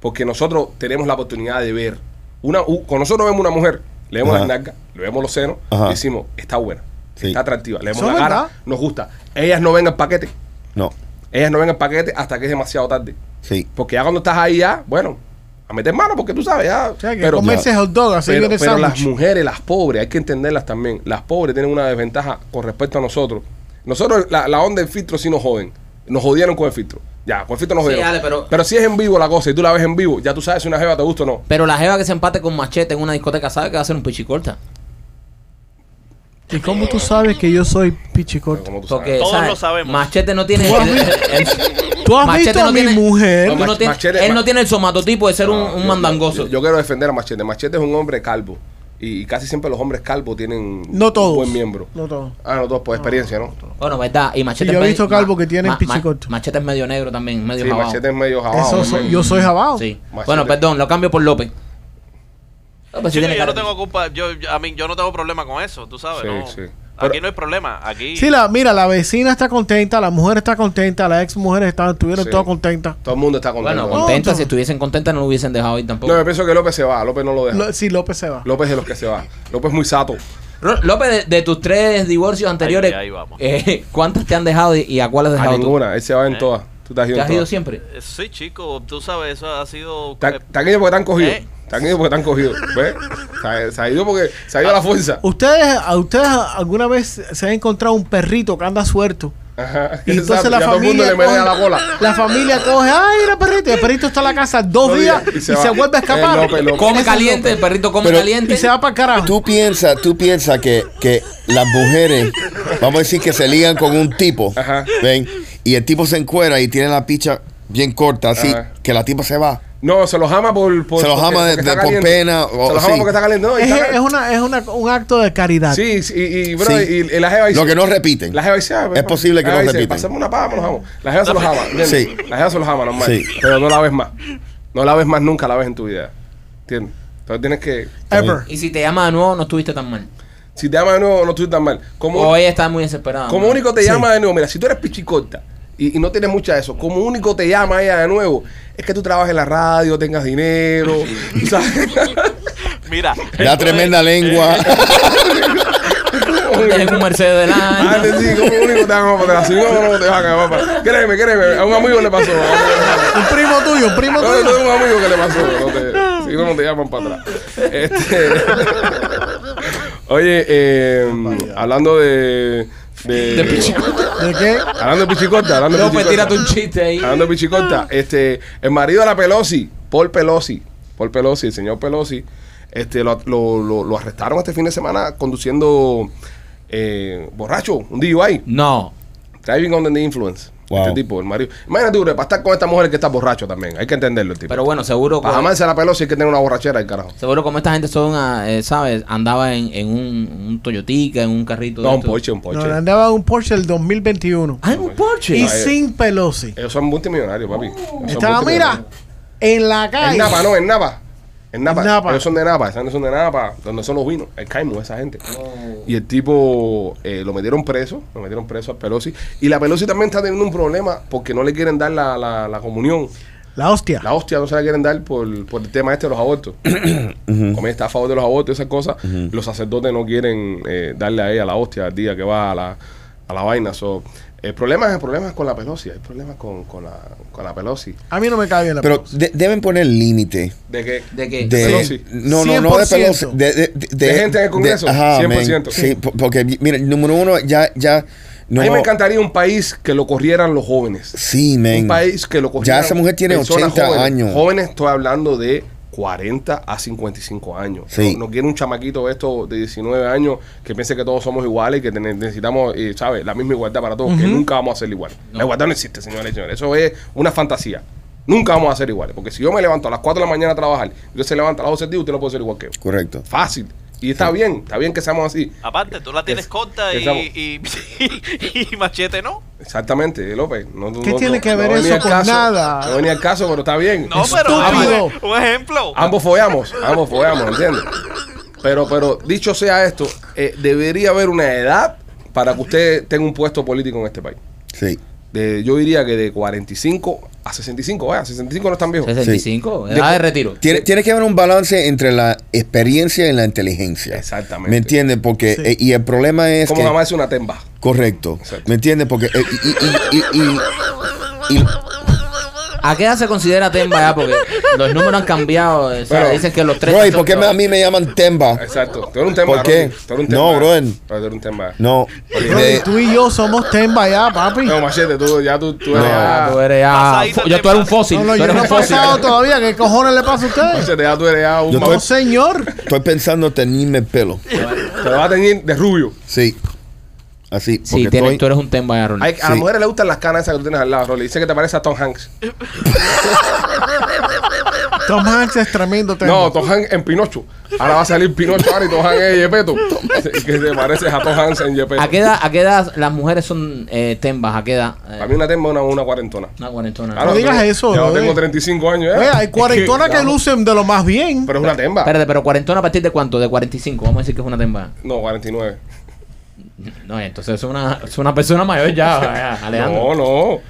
A: porque nosotros tenemos la oportunidad de ver. Una, u- con nosotros vemos una mujer, le vemos
D: Ajá.
A: las nalgas, le vemos los senos,
D: Ajá.
A: y decimos, está buena,
D: Sí.
A: está atractiva, le vemos
C: Eso
A: la
C: es
A: cara,
C: verdad.
A: nos gusta. Ellas no ven el paquete,
D: No.
A: ellas no ven el paquete hasta que es demasiado tarde.
D: Sí.
A: Porque ya cuando estás ahí ya, bueno, a meter mano, porque tú sabes, ya...
C: O sea, que
A: pero-
C: comerse hot dog, así
A: pero,
C: viene el
A: pero las
C: sándwich.
A: mujeres, las pobres, hay que entenderlas también. Las pobres tienen una desventaja con respecto a nosotros. Nosotros, la, la onda del filtro sí nos joden. Nos jodieron con el filtro. Ya, con el filtro nos
B: Sí,
A: jodieron.
B: dale, pero-
A: si es en vivo la cosa y tú la ves en vivo, ya tú sabes si una jeva te gusta o no.
B: Pero la jeva que se empate con machete en una discoteca sabe que va a ser un pichicorta.
C: ¿Y cómo tú sabes que yo soy
A: Pero
C: pichicorto?
A: como tú
B: Porque
A: sabes.
E: Todos
B: ¿sabes?
E: lo sabemos.
B: Machete no tiene.
C: ¿Tú has
B: el-
C: visto-
B: el-
C: ¿Tú has
B: Machete
C: visto a
B: no
C: mi
B: tiene-
C: mujer?
B: tú no
A: Mach-
B: tienes-
A: Machete-
B: él
A: Mach-
B: no tiene el somatotipo de ser un,
A: No,
B: un
A: Ah, yo-
B: mandangoso.
A: Yo, yo quiero defender a Machete. Machete es un hombre calvo. Y, y casi siempre los hombres calvos tienen
C: No todos.
A: un buen miembro.
C: No todos.
A: Ah, no todos por experiencia, ¿no?
B: bueno, verdad. Y machete.
C: Sí, yo he
B: es me-
C: visto calvo que tienen pichicorto.
B: machete es medio negro también, medio
A: Sí,
B: jabao.
A: Machete es medio jabao.
C: Eso
A: también.
C: soy- yo soy jabao.
B: Sí.
A: Machete.
B: Bueno, perdón, lo cambio por López. López Pues sí
E: Chico,
B: tiene
E: yo
B: cara
E: no
B: de-
E: tengo culpa, yo, yo- a mí, yo no tengo problema con eso, tú sabes.
A: Sí,
E: no.
A: sí.
E: Aquí
A: Pero-
E: no hay problema, aquí...
C: Sí, la, mira, la vecina está contenta, la mujer está contenta, las ex mujeres están, estuvieron
A: Sí.
C: todas contentas.
A: Todo el mundo está contento.
B: Bueno,
A: con-
B: contenta,
C: No,
B: si estuviesen contentas no lo hubiesen dejado ir tampoco.
A: no, yo pienso que López se va. López no lo deja.
C: Lo- sí, López se va.
A: López es de los que se va. López es muy sato.
B: Ro- López, de, de tus tres divorcios anteriores,
E: ahí vamos.
B: eh, ¿cuántas te han dejado y, y a cuáles has
A: A
B: dejado tú?
A: ninguna, él se va en todas. Tú te has ido
B: ¿Te
A: en
B: has ido
A: todas.
B: siempre?
E: Eh, Sí, chico, tú sabes, eso ha sido...
A: Tan-
E: eh,
A: tan ido porque te han cogido.
E: ¿Eh?
A: Tan ido porque te han cogido. ¿Ves? Se ha- Se ha ido porque se ha ido a la fuerza.
C: ¿Ustedes, ¿A ustedes alguna vez se ha encontrado un perrito que anda suelto?
A: Ajá.
C: Y entonces
A: Exacto,
C: la
A: ya todo el
C: familia,
A: mundo le mete a la
C: coge-
A: cola.
C: la familia coge, ay, el perrito, y el perrito está en la casa dos,
A: Dos
C: días, y, se,
A: va.
C: vuelve a escapar.
A: Eh, López, López.
B: Come caliente, el perrito come
D: Pero-
B: caliente.
C: Y se va para el carajo.
D: Tú piensas, tú piensas que, que las mujeres, vamos a decir que se ligan con un tipo,
A: Ajá.
D: ¿ven? Y el tipo se encuera y tiene la picha bien corta, así,
A: Ajá.
D: que la tipa se va.
A: No, se los ama por. por
D: Se los ama de- de-
A: está
D: por
A: caliente.
D: pena, o-
A: se los ama
D: sí.
A: porque está caliente. No, y
C: Es,
A: está cal-
C: es una, es una, un acto de caridad.
A: Sí, sí, y, y, bro,
D: Sí.
A: y, y la jeva dice.
D: Lo que no repiten.
A: La jeva dice, ah,
D: Es posible que
A: la
D: no
A: jeva dice,
D: repiten.
A: Pasemos una paja, nos vamos. La jeva se los ama. ¿entiendes?
D: Sí.
A: La jeva se los ama, normal.
D: Sí.
A: Pero no la ves más. No la ves más nunca, la ves en tu vida. ¿Entiendes? Entonces tienes que.
C: Ever.
B: Y si te llama de nuevo, no estuviste tan mal.
A: Si te llama de nuevo, no estuviste tan mal. Como,
B: O ella está muy desesperada.
A: como
B: ¿no?
A: único te llama de nuevo, mira, si tú eres pichicorta y, y no tienes mucha de eso, como único te llama ella de nuevo, es que tú trabajes en la radio, tengas dinero. ¿sabes?
E: Mira.
D: Da tremenda lengua.
A: Eh,
B: Tienes un Mercedes del año.
A: Antes Ah, sí, como único te van a matar. Si no, no te van a matar. Créeme, créeme. A un amigo le pasó. A un amigo le pasó.
C: Un primo tuyo, un primo
A: No, no,
C: tuyo.
A: tengo un amigo que le pasó. no te- si no, no te llaman para atrás. Este, oye, eh, hablando de. De,
B: De pichi-
C: ¿De qué?
A: Hablando de Pichicota, hablando de
B: López,
A: Pichicota.
B: tírate un chiste ahí.
A: Hablando de
C: Ah.
A: Pichicota, este, el marido de la Pelosi, Paul Pelosi, Paul Pelosi, el señor Pelosi, este, lo, lo, lo, lo arrestaron este fin de semana conduciendo eh, borracho, un DUI.
B: No.
A: Driving under the influence.
D: Wow.
A: Este tipo, el marido. Imagínate, tú, para estar con esta mujer que está borracho también. Hay que entenderlo, el tipo.
B: Pero pues, bueno, seguro
A: Para
B: que.
A: amarse a la Pelosi hay que tener una borrachera, el carajo.
B: Seguro como esta gente son, ah, eh, ¿sabes? Andaba en, en un, un Toyotica, en un carrito. de
A: No, un
B: estos.
A: Porsche, un
C: No,
A: Porsche.
C: andaba en un Porsche del 2021.
B: Ah, en un Porsche.
C: Y
A: no, eh.
C: sin Pelosi.
A: Ellos son multimillonarios, papi. Ellos son
C: Estaba, mira,
A: multimillonarios.
C: en la
A: En
C: calle.
A: Napa, no, en Napa. En Napa.
C: En Napa.
A: Ellos son de Napa. Ellos son de Napa, donde son los vinos. El Caimo, esa gente. Y el tipo eh, lo metieron preso. Lo metieron preso a Pelosi. Y la Pelosi también está teniendo un problema porque no le quieren dar la, la, la comunión.
C: La hostia.
A: La hostia no se la quieren dar por, por el tema este de los abortos. Como ella está a favor de los abortos, esas cosas, los sacerdotes no quieren eh, darle a ella la hostia al día que va a la, a la vaina. So, el problema es problemas con la Pelosi, hay problemas con, con, la, con la Pelosi.
C: A mí no me cae bien la
D: Pero
C: Pelosi.
D: de- deben poner límite.
A: De que
B: ¿De qué?
D: De,
A: Pelosi.
D: No, no, no de
C: 100%.
D: Pelosi. De, de- de-
A: De gente en el Congreso,
D: ajá,
A: 100%.
D: man. Sí, po- porque, mira, número uno, ya, ya. No,
A: a mí me encantaría un país que lo corrieran los jóvenes.
D: Sí, man.
A: Un país que lo corrieran
D: Ya esa mujer tiene
A: personas
D: 80
A: jóvenes.
D: años.
A: Jóvenes, estoy hablando de 40 a 55 años.
D: Sí.
A: No, no quiero un chamaquito de estos de 19 años que piense que todos somos iguales y que ten- necesitamos, eh, ¿sabes? La misma igualdad para todos, que nunca vamos a ser iguales. La igualdad no existe, señores y señores. Eso es una fantasía. Nunca vamos a ser iguales. Porque si yo me levanto a las 4 de la mañana a trabajar y usted se levanta a las 12 del día, usted no puede ser igual que yo.
D: Correcto.
A: Fácil. Y está bien, está bien que seamos así.
E: Aparte, tú la tienes corta y, y, y machete no.
A: Exactamente, López. No, no-
C: ¿Qué
A: no-
C: tiene
A: no-
C: que ver
A: no venía
C: eso
A: al
C: con
A: caso.
C: nada?
A: No venía el caso, pero está bien.
E: No, pero
C: Estúpido.
E: ah, un ejemplo.
A: Ambos follamos, ambos follamos, ¿entiendes? Pero, pero, dicho sea esto, eh, debería haber una edad para que usted tenga un puesto político en este país.
D: Sí.
A: De, yo diría que de 45 a 65, vaya, 65 no es tan viejo.
B: 65,
A: Sí.
B: edad de
A: De-
B: retiro.
D: Tiene, tiene que haber un balance entre la experiencia y la inteligencia.
A: Exactamente.
D: ¿Me entiendes? Porque,
C: Sí.
D: eh, y el problema es
A: Como
D: que.
A: jamás es una temba.
D: Correcto.
A: Exacto.
D: ¿Me entiendes? Porque. eh, y- y- y- y- y-
B: ¿A qué edad se considera Temba ya? Porque los números han cambiado. O sea,
A: Pero,
B: dicen que los tres.
D: Roy, ¿por qué me- a mí me llaman Temba?
A: Exacto. Tú eres un temba.
D: ¿Por qué?
A: Rolly. Tú eres un
D: No,
A: temba.
D: brother.
A: Tú eres un temba.
D: No.
C: Bro,
D: de-
C: tú y yo somos temba ya, papi.
A: No,
C: No,
A: machete, tú ya tú, tú
D: No,
A: eres.
B: Ah,
A: ya-
B: tú eres ya.
E: Pasadito
B: fo- Yo tú eres un fósil.
C: no,
B: tú
C: yo
B: eres
C: no
B: un
C: he
B: fósil.
C: pasado todavía. ¿Qué cojones le pasa a usted?
A: Machete, ya tú eres ya un
D: Yo
A: mamá.
C: No, señor.
D: Estoy pensando tenerme pelo.
A: Te lo vas a tener de rubio.
D: Sí. Así.
B: Sí,
D: porque
B: tienes-
D: estoy-
B: tú eres un Temba ya, Rolly.
A: Hay- a las
D: Sí.
A: mujeres le gustan las canas esas que tú tienes al lado, Rolly. Dice que te parece a Tom Hanks.
C: Tom Hanks es tremendo temba.
A: No, Tom Hanks en Pinocho. Ahora va a salir Pinocho ahora y Tom Hanks en Yepeto. que te pareces a Tom Hanks en Yepeto.
B: ¿A qué edad, a qué edad las mujeres son eh, Tembas? ¿A qué edad? Eh,
A: A mí una temba es una, una cuarentona.
B: una cuarentona.
A: Claro,
C: No digas
A: tengo-
C: eso,
A: Yo
C: bro.
A: tengo 35 años.
C: Oye,
A: ¿eh?
C: hay cuarentonas
A: Es que-
C: que lucen de lo más bien.
A: Pero es una temba.
B: Espérate, pero cuarentona a partir de cuánto? De 45. Vamos a decir que es una Temba.
A: No, 49.
B: No, entonces es una, es una persona mayor ya, ya,
A: No,
B: Alejandro.
A: no.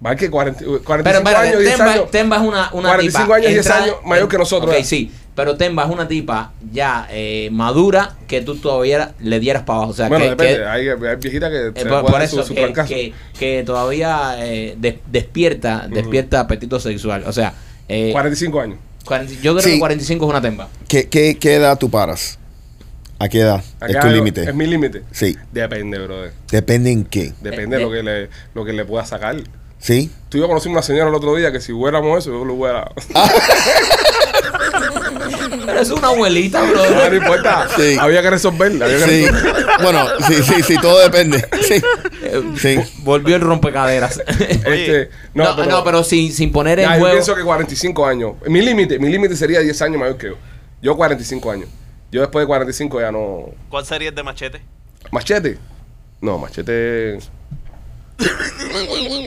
A: Más que 40, 45
B: Pero espérate,
A: años, 10
B: Temba,
A: años.
B: Temba es una, una
A: 45
B: tipa.
A: años, 10
B: entrada-
A: años mayor que nosotros,
B: Ok,
A: eh.
B: sí. Pero Temba es una tipa ya eh, madura que tú todavía le dieras para abajo. O sea,
A: bueno,
B: que,
A: depende.
B: que-
A: hay, hay viejitas que
B: eh,
A: se
B: por,
A: pueden
B: por
A: dar
B: eso,
A: su, su
B: que,
A: trancazo.
B: que- que todavía eh, des- despierta, despierta apetito sexual. O sea, eh,
A: 45 años.
B: cuarenta- yo creo que
D: Sí.
B: 45 es una Temba.
D: ¿Qué, qué, qué edad tú paras? ¿A qué edad? es
A: Acá
D: tu
A: yo-
D: límite.
A: Es mi límite.
D: Sí.
A: Depende, brother.
D: Depende en qué.
A: Depende
B: Eh,
A: de lo
B: eh.
A: que le, lo que le pueda sacar.
D: ¿Sí?
A: Tú y yo conocimos una señora el otro día que si huéramos eso, yo lo hubiera.
B: Pero es una abuelita,
A: No,
B: bro.
A: Ah, no importa.
D: Sí.
A: Había que resolverla. Había que
D: Sí.
A: resolverla.
D: bueno, sí, sí, sí, todo depende. Sí. Sí.
B: Volvió el rompecaderas.
A: Este,
B: no, no, pero, sin, sin poner en
A: Ya, yo
B: juego.
A: pienso que 45 años. Mi límite, mi límite sería 10 años mayor que yo. Yo 45 años. Yo después de 45 ya no.
E: ¿Cuál sería el de machete?
A: Machete. No, machete.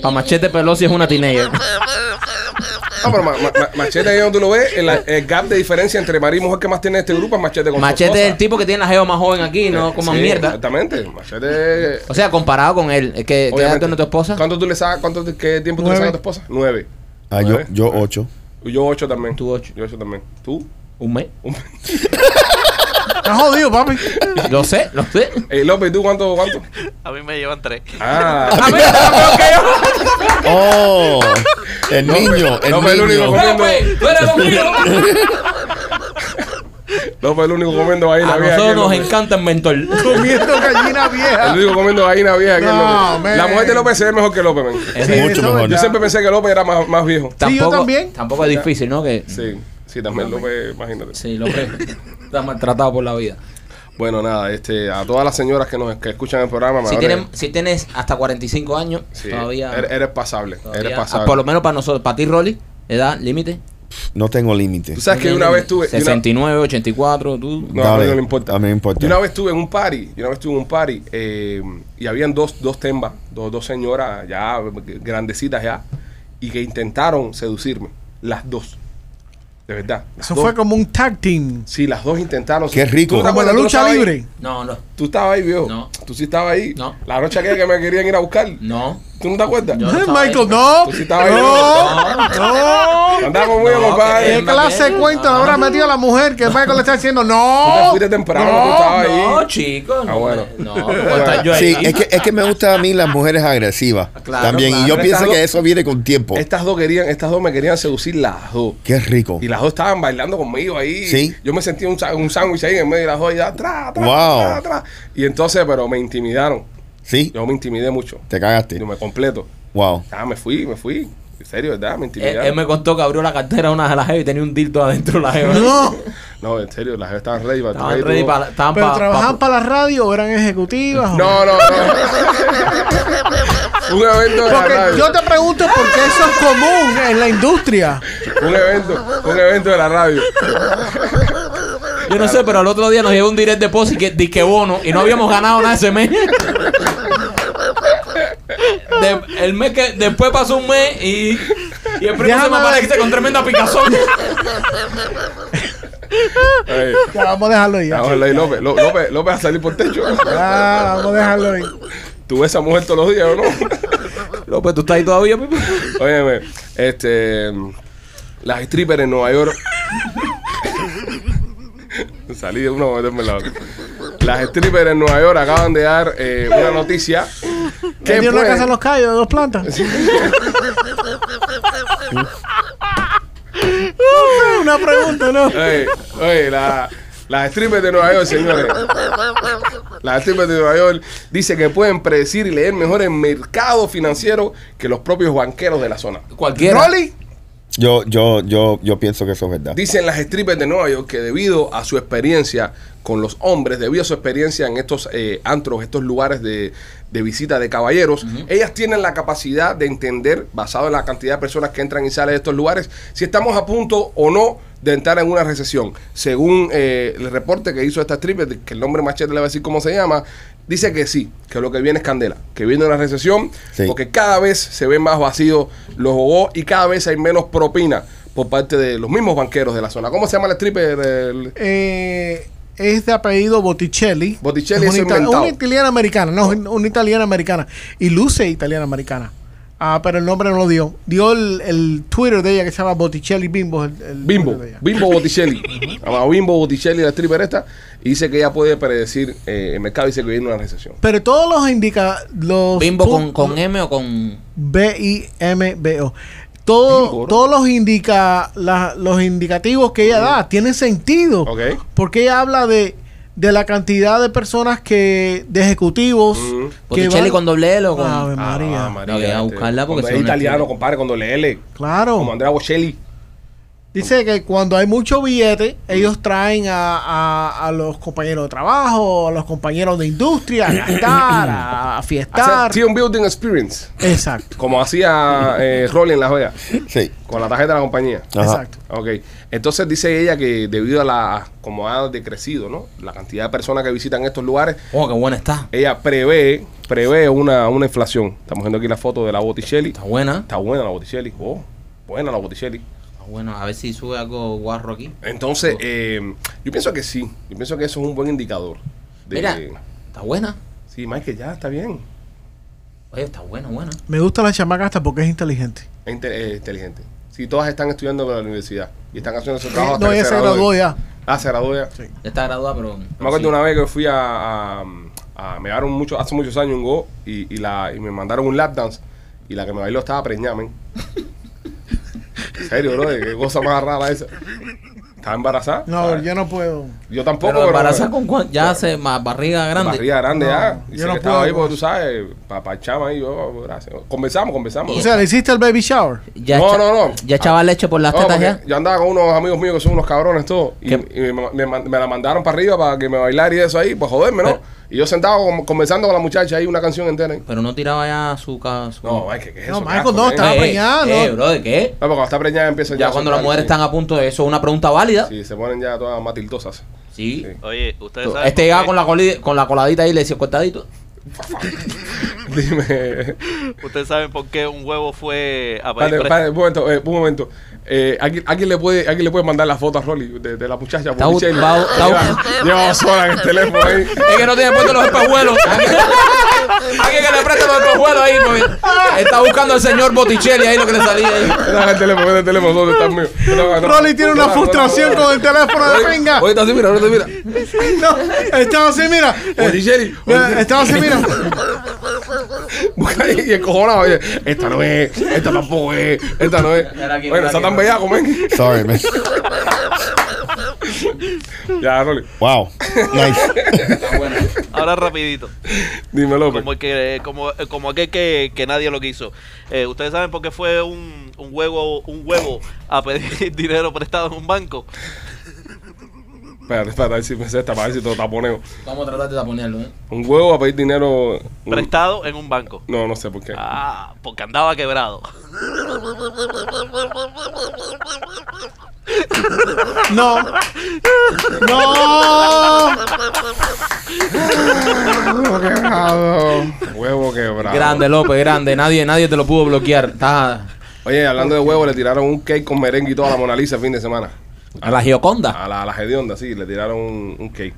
B: Pa' Machete Pelosi es una teenager.
A: No, pero ma- ma- ma- machete ahí donde tú lo ves, el, el gap de diferencia entre marido y mujer que más tiene este grupo es machete con
B: Machete es el
A: Forzosa.
B: tipo que tiene la geo más joven aquí, no comas
A: Sí,
B: mierda.
A: Exactamente. Machete.
B: O sea, comparado con él, es que te
A: obviamente.
B: con tu esposa.
A: ¿Cuánto tú le sacas? ¿Cuánto, te- ¿Qué tiempo tú le
C: Nueve.
A: sacas a tu esposa? Nueve.
D: Ah, yo,
A: Nueve.
D: yo ocho.
A: Yo ocho también.
B: Tú ocho.
A: Yo ocho también. ¿Tú?
B: Un mes.
C: Estás jodido, papi.
B: Lo sé, lo sé.
A: Eh, López, ¿tú cuánto? cuánto?
E: A mí me llevan tres.
A: Ah.
B: A mí está peor que yo.
D: ¡Oh! El niño, el
A: no, pero el único
D: niño.
A: con-
B: Pero, pues, tú eres conmigo.
A: López es el único comiendo gallina
B: A
A: vieja. aquí,
B: nosotros nos
A: López.
B: encanta el mentor.
C: Comiendo gallina
A: El
C: vieja.
A: único comiendo gallina vieja aquí es
C: No,
A: López.
C: man.
A: La mujer de López se ve mejor que López, man.
D: Sí, mucho
C: eso
D: mejor.
A: Yo
C: ya.
A: siempre pensé que López era más, más viejo.
C: Sí, yo también.
B: Tampoco es difícil, ¿no? Que
A: Sí, sí, también López, imagínate.
B: sí, lo que está maltratado por la vida.
A: Bueno, nada, este, a todas las señoras que nos que escuchan el programa,
B: Si
A: Manolo,
B: tienes, si tienes hasta 45 años,
A: sí,
B: todavía,
A: er- eres pasable,
B: todavía-
A: eres
B: ah, por lo
A: pasable.
B: menos para nosotros, para ti, Rolly, edad, límite.
D: No tengo límite.
A: Tú sabes que una vez tuve, y una-
B: 69, 84, tú.
A: No, a mí no le importa.
D: A mí me
A: Yo una
D: importa.
A: vez estuve en un party, yo una vez estuve en un party eh, y habían dos, dos tembas, dos, dos señoras ya grandecitas ya, y que intentaron seducirme, las dos. De verdad. las
C: Eso
A: dos.
C: fue como un tag team.
A: Sí, las dos intentaron.
D: Qué rico.
A: ¿Tú te
C: Como
A: acuerdas que
C: la
A: tú
C: lucha
A: estabas ahí?
C: libre.
B: No, no,
A: Tú estabas ahí, viejo.
B: No.
A: Tú sí estabas ahí.
B: No.
A: La noche aquella que me querían ir a buscar.
B: no.
A: ¿Tú no te acuerdas?
B: Yo-
C: Eh,
B: estaba ahí.
C: Michael, no.
A: Tú sí estabas ahí.
C: No, no.
A: Andamos muy
B: No,
A: compadre.
C: ¿Qué
B: Eh,
C: clase de
B: no,
C: cuento
B: no.
C: habrá metido la mujer que Michael le está diciendo?
A: Tú te
C: No.
A: fuiste temprano, tú estabas
B: No,
A: ahí.
B: chicos.
A: Ah, bueno.
B: No, no, puedo estar yo ahí.
D: Sí, es que, es que me gustan a mí las mujeres agresivas.
B: Claro,
D: también.
B: claro.
D: Y yo pienso
A: Estas
D: que
A: dos-
D: eso viene con tiempo.
A: Estas dos querían, estas dos me querían seducir las dos.
D: Qué rico.
A: Y las dos estaban bailando conmigo ahí.
D: Sí.
A: Yo me sentía un, sa- un sándwich ahí en medio de las dos y ya, tra, tra,
D: Wow.
A: tra, tra. Y entonces, pero me intimidaron.
D: Sí,
A: Yo me intimidé mucho.
D: te cagaste.
A: Yo me completo.
D: Wow.
A: Ah, me fui, me fui. En serio, ¿verdad? Me
B: Él,
A: intimidaron.
B: él Eh, me contó que abrió la cartera una de las jevas y tenía un dildo adentro de la jeva.
C: No.
A: No, en serio, las estaban ready para
B: Estaban
A: traer
B: ready
A: todo.
B: para. Estaban
C: Pero
B: pa-
C: trabajaban
B: pa-
C: para la radio o eran ejecutivas. o-
A: No, no, no. un evento de la
C: Porque
A: radio.
C: yo te pregunto por qué eso es común en la industria.
A: Un evento, un evento de la radio.
B: Yo no sé, pero al otro día nos llegó un direct deposit que disque bono y no habíamos ganado nada ese mes. De- el mes que después pasó un mes y, y el primo
C: Déjame
B: se me
C: ver.
B: aparece con tremenda picazón.
A: Ey,
C: Ya, vamos a dejarlo ahí. Ya. Ah.
A: vamos a leer López. Ló- López, López va a salir por techo.
C: Ya, vamos a dejarlo ahí.
A: ¿Tú ves a esa mujer todos los días o no? pues,
B: López, ¿tú estás ahí todavía, Pipo?
A: Óyeme, este. Las strippers en Nueva York. Salí de una voy a meterme en la otra. Las strippers en Nueva York acaban de dar eh, una noticia.
C: ¿Qué tiene una
A: pueden-
C: casa en los callos de dos plantas? una pregunta, ¿no?
A: Oye, oye, la- las strippers de Nueva York, señores. Las strippers de Nueva York dice que pueden predecir y leer mejor el mercado financiero que los propios banqueros de la zona.
B: Cualquiera.
A: Rolly,
D: Yo, yo, yo, yo pienso que eso es verdad.
A: dicen las strippers de Nueva York que debido a su experiencia con los hombres, debido a su experiencia en estos eh, antros, estos lugares de, de visita de caballeros, ellas tienen la capacidad de entender, basado en la cantidad de personas que entran y salen de estos lugares, si estamos a punto o no de entrar en una recesión. Según eh, el reporte que hizo esta stripper, que el nombre machete le va a decir cómo se llama, dice que sí, que lo que viene es candela, que viene una recesión,
D: Sí.
A: porque cada vez se ven más vacíos los bobos y cada vez hay menos propina por parte de los mismos banqueros de la zona. ¿Cómo se llama el stripper? El-
C: Eh, es de apellido Botticelli.
A: Botticelli
C: una,
A: es
C: ita-
A: inventado.
C: una italiana americana, no, una italiana americana. Y luce italiana americana. Ah, pero el nombre no lo dio. Dio el, el Twitter de ella que se llama Botticelli Bimbo. el- el
A: Bimbo,
C: Twitter de ella.
A: Bimbo Botticelli. Llama Bimbo Botticelli, la stripper esta, y dice que ella puede predecir eh, el mercado y dice que viene una recesión.
C: Pero todos los indica los
B: Bimbo con,
C: pun-
B: con M o con.
C: B I M B O. Todo-
A: Bimbo, ¿no?
C: todos los indica la- los indicativos que ella da tienen sentido.
A: Ok.
C: Porque ella habla de, de la cantidad de personas que de ejecutivos
A: Mm.
C: que
B: Botticelli
C: van-
B: con doble L o con.
C: Ave María.
A: Ah,
B: No, voy a
A: este,
B: buscarla porque
A: cuando
B: soy
A: es
B: una
A: italiano,
B: stripper.
C: Oh.
A: compadre, cuando lee L,
C: Claro.
A: como Andrea Bocelli.
C: Dice que cuando hay mucho billete, ellos traen a, a- a los compañeros de trabajo, a los compañeros de industria, a gastar, a, a fiestar.
A: Hacer team building experience.
C: Exacto,
A: Como hacía eh, Rolly en La Joya.
D: Sí.
A: Con la tarjeta de la compañía.
D: Ajá.
C: exacto.
A: Ok, entonces dice ella que debido a la, como ha decrecido, ¿no? La cantidad de personas que visitan estos lugares,
B: Oh, qué buena está.
A: ella prevé, prevé una, una inflación. Estamos viendo aquí la foto de la Botticelli.
B: Está buena.
A: Está buena la Botticelli. Oh, buena la Botticelli.
B: Está buena. A ver si sube algo guarro aquí.
C: Oh.
A: Entonces, eh, yo pienso que sí. Yo pienso que eso es un buen indicador. de-
B: Mira, está buena.
A: Sí, Michael, ya está bien.
B: Oye, está buena, buena.
C: Me gusta la chamaca hasta porque es inteligente.
A: Es inte- es inteligente. Si todas están estudiando en la universidad y están haciendo su trabajo hasta
C: Eh, No,
A: que
C: ella se graduó
A: gradúen.
C: ya.
A: Ah, se graduó ya.
B: Ya está graduada, pero.
A: Me acuerdo una vez que fui a, a, a- me llevaron mucho, hace muchos años un go y, y la, y me mandaron un lap dance y la que me bailó estaba preñada, men. En serio, bro, qué cosa más rara esa. ¿Estaba embarazada?
C: No,
A: ¿Sabes?
C: yo no puedo.
A: Yo tampoco,
B: Pero embarazada
A: bro.
B: con cuánto. Ya hace más barriga grande.
A: Barriga grande Ah,
C: No,
A: ya.
C: yo
A: Dice
C: no
A: que estaba
C: puedo
A: ahí
C: con
A: porque tú sabes, papá chama y yo, gracias. Conversamos, conversamos.
C: O sea, le hiciste el baby shower.
B: Ya
A: No,
B: echa-
A: no, no. Ah.
B: Ya echaba leche por las
A: No,
B: tetas
A: porque
B: ya.
A: Yo andaba con unos amigos míos que son unos cabrones todo. Y,
B: ¿Qué?
A: y me, me man- me la mandaron para arriba para que me bailara y eso ahí, pues joderme, ¿no?
B: Pero-
A: y yo sentado com- conversando con la muchacha ahí una canción entera. ¿eh? ahí.
B: Pero no tiraba ya su. ca- su-
A: No, es que ¿qué es
C: No,
A: eso.
C: Michael,
A: Qué asco,
C: no,
A: men.
C: estaba
A: No,
B: Eh,
C: preñada,
B: eh,
C: ¿no?
B: bro, ¿de qué?
A: porque cuando está preñada empieza
B: Ya cuando las mujeres están a punto, eso es una pregunta válida.
A: Sí, se ponen ya todas matildosas.
B: Sí.
A: Sí.
E: Oye, ustedes saben.
B: Este
E: por
B: llegaba
E: qué-
B: con la, coli- con la coladita ahí, le decía cortadito.
A: Dime. eh,
E: Ustedes saben por qué un huevo fue a
A: Espérate,
E: pedir
A: espérate, un momento, eh, un momento. Eh, ¿alguien, alguien le puede, alguien le puede mandar la foto a Rolly de, de la muchacha?
B: Está
A: Botticelli?
B: bu- va- está
A: Lleva- Lleva dos horas en el teléfono ahí.
B: Es que no tiene puesto los espejuelos. Alguien que le preste los espejuelos ahí. porque Está buscando al señor Botticelli ahí lo que le salía ahí.
A: Deja el teléfono, deja el teléfono, ¿dónde está el mío? No, no, no.
C: Rolly tiene una
A: No, no, no,
C: frustración
A: no, no.
C: con el teléfono de
A: Oye,
C: Venga.
A: Oye, está así, mira, ahorita mira.
C: No, estaba así, mira. Eh,
A: Botticelli.
C: eh, Estaba así, mira.
A: Busca ahí y encojonado, oye, esta no es, esta tampoco es, esta no es.
B: Espera aquí,
A: Bueno,
B: espera
A: está
B: aquí,
A: tan
B: no.
A: bellaco, men.
D: Sorry, man.
A: Ya, Rolly,
D: Wow. Nice.
B: Está bueno.
E: Ahora rapidito.
A: dime López.
E: Como, el que, como, como aquel que, que nadie lo quiso. Eh, Ustedes saben por qué fue un, un huevo un huevo a pedir dinero prestado en un banco.
A: Espérate, espérate, a ver si me sé esta, para ver si te lo taponeo.
B: Vamos a tratar de taponearlo, ¿eh?
A: Un huevo a pedir dinero. un-
E: Prestado en un banco.
A: No, no sé por qué.
E: Ah, porque andaba quebrado.
C: No. No.
A: Huevo quebrado. Huevo quebrado.
B: Grande, López, grande. Nadie, nadie te lo pudo bloquear. Está
A: Oye, hablando de huevo, le tiraron un cake con merengue y toda la Mona Lisa el fin de semana.
B: a la Gioconda.
A: A la, a la hedionda, sí, le tiraron un, un cake.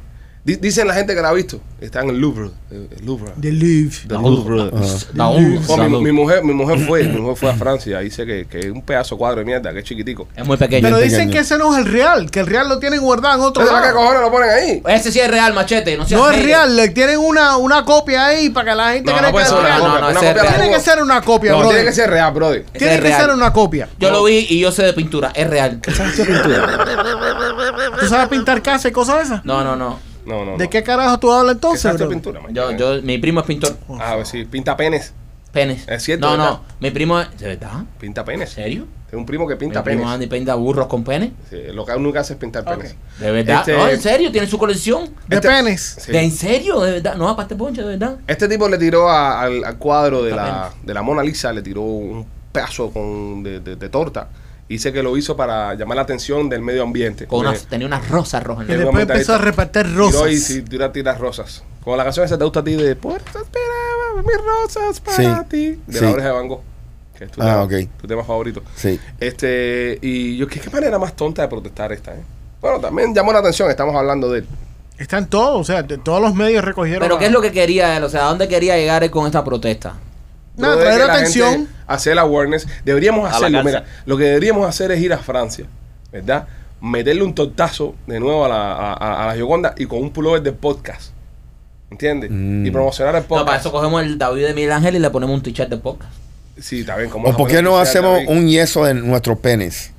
A: Di- dicen la gente que la ha visto. Está en el Louvre. El, el Louvre.
C: The Live.
A: The Louvre.
B: La un-
A: Oh, mi, mi
B: salud.
A: mujer, mi mujer fue, mi mujer fue a Francia y dice que, que es un pedazo de cuadro de mierda, que es chiquitico.
B: Es muy pequeño.
C: Pero
D: Yo
C: dicen
D: entiendo.
C: que ese no es el real, que el real lo tienen guardado en otro
A: Entonces, ¿para qué
C: lado.
A: cojones lo ponen ahí?
B: Ese sí es real, machete. No, seas
C: No es
B: hater.
C: real, le tienen una, una copia ahí para que la gente
A: No, pues, no puede
C: crea que es
A: ser una
C: real.
B: no,
A: copia.
B: no,
A: Una
B: ese
A: copia
B: es
A: la
B: real.
C: Tiene
A: pongo-
C: que ser una copia,
A: No,
C: bro.
A: tiene que ser real, brother.
B: Ese
C: Tiene
B: es
C: que
B: real.
C: ser una copia.
B: Yo lo vi y yo sé de pintura. Es real.
C: ¿Tú sabes pintar casa y cosas de esas?
B: No, no, no.
A: No, no, no.
C: ¿De qué carajo tú hablas
A: ¿Qué
C: entonces,
A: sabes de
C: bro?
A: pintura, man?
B: Yo, yo, mi primo es pintor.
A: Ah, pues sí, pinta penes.
B: Penes.
A: Es cierto,
B: No,
A: ¿verdad?
B: no. Mi primo es. ¿De verdad?
A: Pinta penes.
B: ¿En serio?
A: Tengo un primo que
B: Mi
A: pinta
B: primo
A: penes.
B: Andy pinta burros con penes.
A: Sí, lo que nunca hace es pintar penes.
B: De verdad.
A: Este-
B: No, en serio, tiene su colección.
C: De
A: Este-
C: penes.
A: Sí.
B: ¿De en serio? De verdad. No, aparte ponche, de verdad.
A: Este tipo le tiró a- al, al cuadro de
B: Pinta
A: la, de la Mona Lisa, le tiró un pedazo con, de, de- de torta. Y Dice que lo hizo para llamar la atención del medio ambiente.
B: Con una,
A: Eh,
B: tenía unas rosas rojas en
C: Y
B: la
A: Yo-
C: después empezó a repartir rosas.
A: Tiró y sí, tira, tira rosas. Como la canción esa te gusta a ti de Por eso esperaba mis rosas para
D: Sí,
A: ti. De
D: sí.
A: la oreja de Van Gogh. Que es tu, tema,
D: Ah, ok.
A: tu tema favorito.
D: Sí.
A: Este, y yo, ¿qué, qué manera más tonta de protestar esta, eh? Bueno, también llamó la atención, estamos hablando de él.
C: Están todos, o sea, de- todos los medios recogieron.
B: Pero
C: la-
B: ¿qué es lo que quería él? O sea, ¿a dónde quería llegar él con esta protesta?
C: No,
A: Lo de
C: traer
A: que la
C: atención.
A: gente Hacer awareness. Deberíamos
E: A la
A: hacerlo.
E: cárcel.
A: Mira, lo que deberíamos hacer es ir a Francia, ¿verdad? Meterle un tortazo de nuevo a la, a, a- a la Gioconda y con un pullover de podcast. ¿Entiendes?
D: Mm.
A: Y promocionar el
B: No, para
A: podcast.
B: eso cogemos el David de Miguel Ángel y le ponemos un t-shirt de podcast.
A: sí, está bien. ¿cómo
D: ¿O
A: vas a
D: por qué
A: poner
D: no
A: podcast,
D: hacemos
A: David?
D: un yeso en nuestros penes?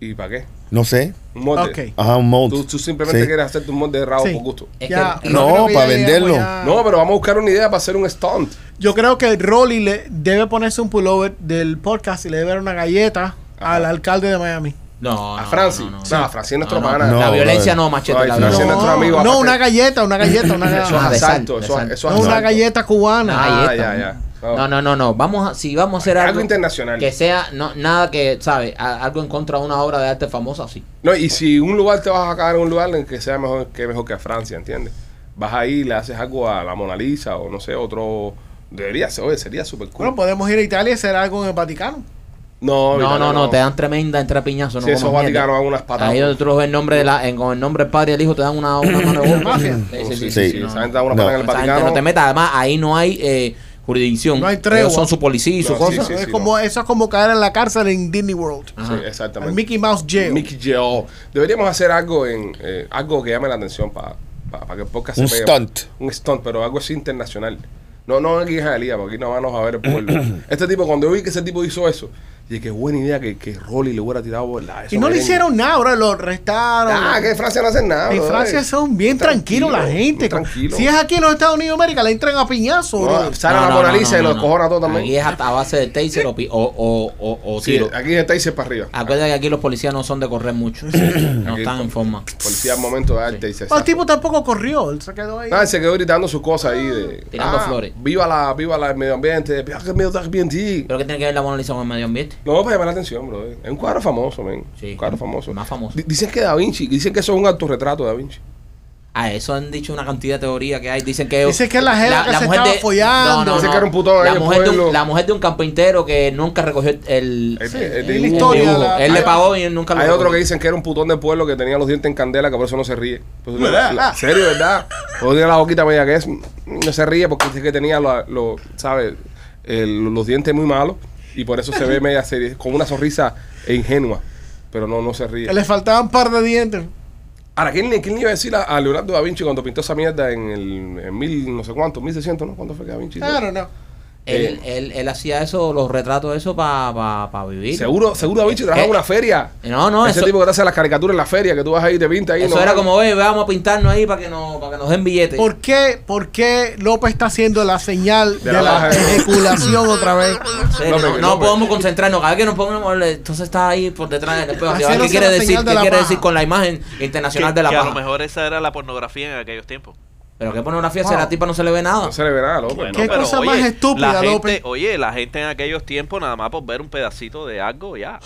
A: ¿Y para qué?
D: No sé.
A: Un molde.
C: Ok.
D: Ajá, un molde.
A: Tú, tú simplemente
D: Sí.
A: quieres hacerte un molde de rabo
C: Sí.
A: por gusto.
B: Es
C: Ya,
B: que-
C: yo
D: No,
C: creo que
D: para
C: ya llegamos
D: venderlo.
C: ya-
A: No, pero vamos a buscar una idea para hacer un stunt.
C: Yo creo que Rolly le debe ponerse un pullover del podcast y le debe dar una galleta al alcalde de Miami.
B: No,
A: a
B: no,
A: Francis.
B: no,
A: No,
B: no, no.
A: a Francis no es nuestro
B: No, no.
A: pana.
D: No,
B: la violencia
D: brother.
B: no, machete.
A: No,
B: la
A: hay
C: No,
A: Ese
B: violencia
A: es nuestro amigo,
C: no,
A: aparte.
C: una galleta, una galleta, una
A: Eso es
B: Ah, de sal,
A: asalto.
B: de
A: Eso
B: sal.
A: es eso es
C: No, una
A: asalto.
C: galleta
B: No,
C: cubana.
A: Ah,
B: ahí está.
A: ya, ya. No.
B: No, no, no, no. Vamos a, si vamos a hacer
A: Algo
B: algo,
A: internacional.
B: Que sea, no, nada que, ¿sabes? A- Algo en contra de una obra de arte famosa, sí.
A: No, y si un lugar te vas a cagar en un lugar en que sea mejor que mejor que a Francia, ¿entiendes? Vas ahí y le haces algo a la Mona Lisa o no sé, otro. Debería ser, oye, sería súper cool.
C: Bueno, podemos ir a Italia y hacer algo en el Vaticano.
A: no,
B: pues, No,
A: mira,
B: no, no, te dan tremenda entrapiñazo. No
A: Si esos
B: comas mierda.
A: vaticanos dan unas patadas.
B: Ahí donde tú los ves el nombre de la, en- con el nombre del padre y el hijo te dan una, una mano de bomba.
C: Mafia.
A: Oh,
B: Sí, sí, sí,
D: Sí.
B: sí,
A: esa
B: no, no.
A: gente da una patada
D: No.
A: en el
B: Esa gente
A: Vaticano.
B: no te metas, además ahí no hay eh, jurisdicción.
C: No hay tregua.
B: Ellos son su policía y su
A: No,
B: cosa.
A: Sí,
C: es
A: sí,
C: como, Eso es como caer en la cárcel en Disney World.
B: Ajá.
A: Sí,
C: El
A: exactamente.
C: Mickey Mouse Jail.
A: Mickey Joe. Deberíamos hacer algo en eh, algo que llame la atención para que el podcast
D: Un
A: se pegue.
D: stunt.
A: Un stunt, pero algo así internacional. No, no aquí en Jalía, porque aquí no vamos a ver el pueblo. este tipo, cuando yo vi que ese tipo hizo eso, dije qué buena idea que, que Rolly le hubiera tirado bola. Eso
C: Y no le
A: miren.
C: hicieron nada, bro. Lo arrestaron.
A: Ah, que en Francia no hacen nada.
C: en
A: brother.
C: Francia son bien
A: eh. Tranquilo,
C: tranquilos la gente.
A: muy tranquilo.
C: Si es aquí en los Estados Unidos de América, le entran a piñazo,
A: No,
C: bro.
A: sale la Mona Lisa y los cojona todo también.
B: Aquí es hasta base de taser o, pi- o, o, o, o
A: Sí,
B: tiro.
A: aquí está Taser para
C: Ah,
A: arriba.
B: Acuérdate que aquí los policías no son de correr mucho. no
A: Aquí
B: están en forma.
A: Policía al momento de darte y se
C: Pues el tipo tampoco corrió, él se quedó ahí.
A: Ah, se quedó gritando sus cosas ahí de.
B: Tirando
A: ah,
B: flores.
A: Viva la, viva la el medio ambiente, viva el medio ambiente.
B: ¿Pero qué tiene que ver la Mona Lisa con el medio ambiente?
A: No, para llamar la atención, bro. Es un cuadro famoso, men.
B: Sí.
A: Un cuadro famoso.
B: Más famoso.
A: Di- Dicen que Da Vinci, dicen que eso es un autorretrato de Da Vinci.
B: A eso han dicho una cantidad de teorías que hay. Dicen que.
C: Dicen que es la jeva que se
B: mujer
C: estaba follando.
A: Dicen que era un putón ahí en
B: la,
A: el
B: mujer de
A: pueblo.
B: un, la mujer de un carpintero que nunca recogió el. el-
A: Es-
C: Sí,
A: es
C: es
A: de
C: la
A: dibujo.
C: historia.
B: el dibujo.
C: la-
B: Él le
C: hay-
B: pagó y él nunca lo
A: Hay otro
B: recogió.
A: que dicen que era un putón del pueblo que tenía los dientes en candela, que por eso no se ríe. Por eso tiene-
C: ¿Verdad?
A: la- serio, ¿verdad? Por eso tiene la boquita media que es. No se ríe porque dice que tenía, la- lo, ¿sabes? El- los dientes muy malos y por eso se ve media serie, con una sonrisa ingenua, pero no, no se ríe.
C: Que le faltaban un par de dientes.
A: Ahora, ¿quién, le- ¿quién le iba a decir a, a Leonardo da Vinci cuando pintó esa mierda en el en mil, no sé cuánto, 1600, ¿no? ¿Cuándo fue que da Vinci? hizo?
C: Claro, no.
B: Él, él, él hacía eso, los retratos, eso para pa, pa vivir.
A: Seguro, seguro da Vinci trabajaba en
B: Eh,
A: una feria.
B: No, no,
A: Ese
B: eso-
A: tipo que te hace las caricaturas en la feria, que tú vas ahí y te pinta ahí.
B: Eso
A: no,
B: era
A: no.
B: como, ve, vamos a pintarnos ahí para que, nos para que nos den billetes.
C: ¿Por qué, ¿Por qué López está haciendo la señal
A: De
C: de,
A: la baja.
C: la ejaculación otra vez?
B: Sí, no,
A: López,
B: no
A: López.
B: podemos concentrarnos. Cada vez que nos pongamos, le- entonces está ahí por detrás del espejo.
C: Haciéndose
B: ¿Qué quiere
C: la
B: decir?
C: señal de
B: ¿Qué
C: la
B: quiere
C: paja.
B: decir con la imagen internacional
E: que,
B: de la
E: que a lo
B: paja?
E: mejor esa era la pornografía en aquellos tiempos.
B: Pero qué pornografía, si a la tipa no se le ve nada.
A: No se le ve nada, López.
E: Bueno,
A: ¿no?
C: Qué
E: pero,
C: cosa más estúpida,
E: la
C: López.
E: gente, oye, la gente en aquellos tiempos nada más por ver un pedacito de algo ya.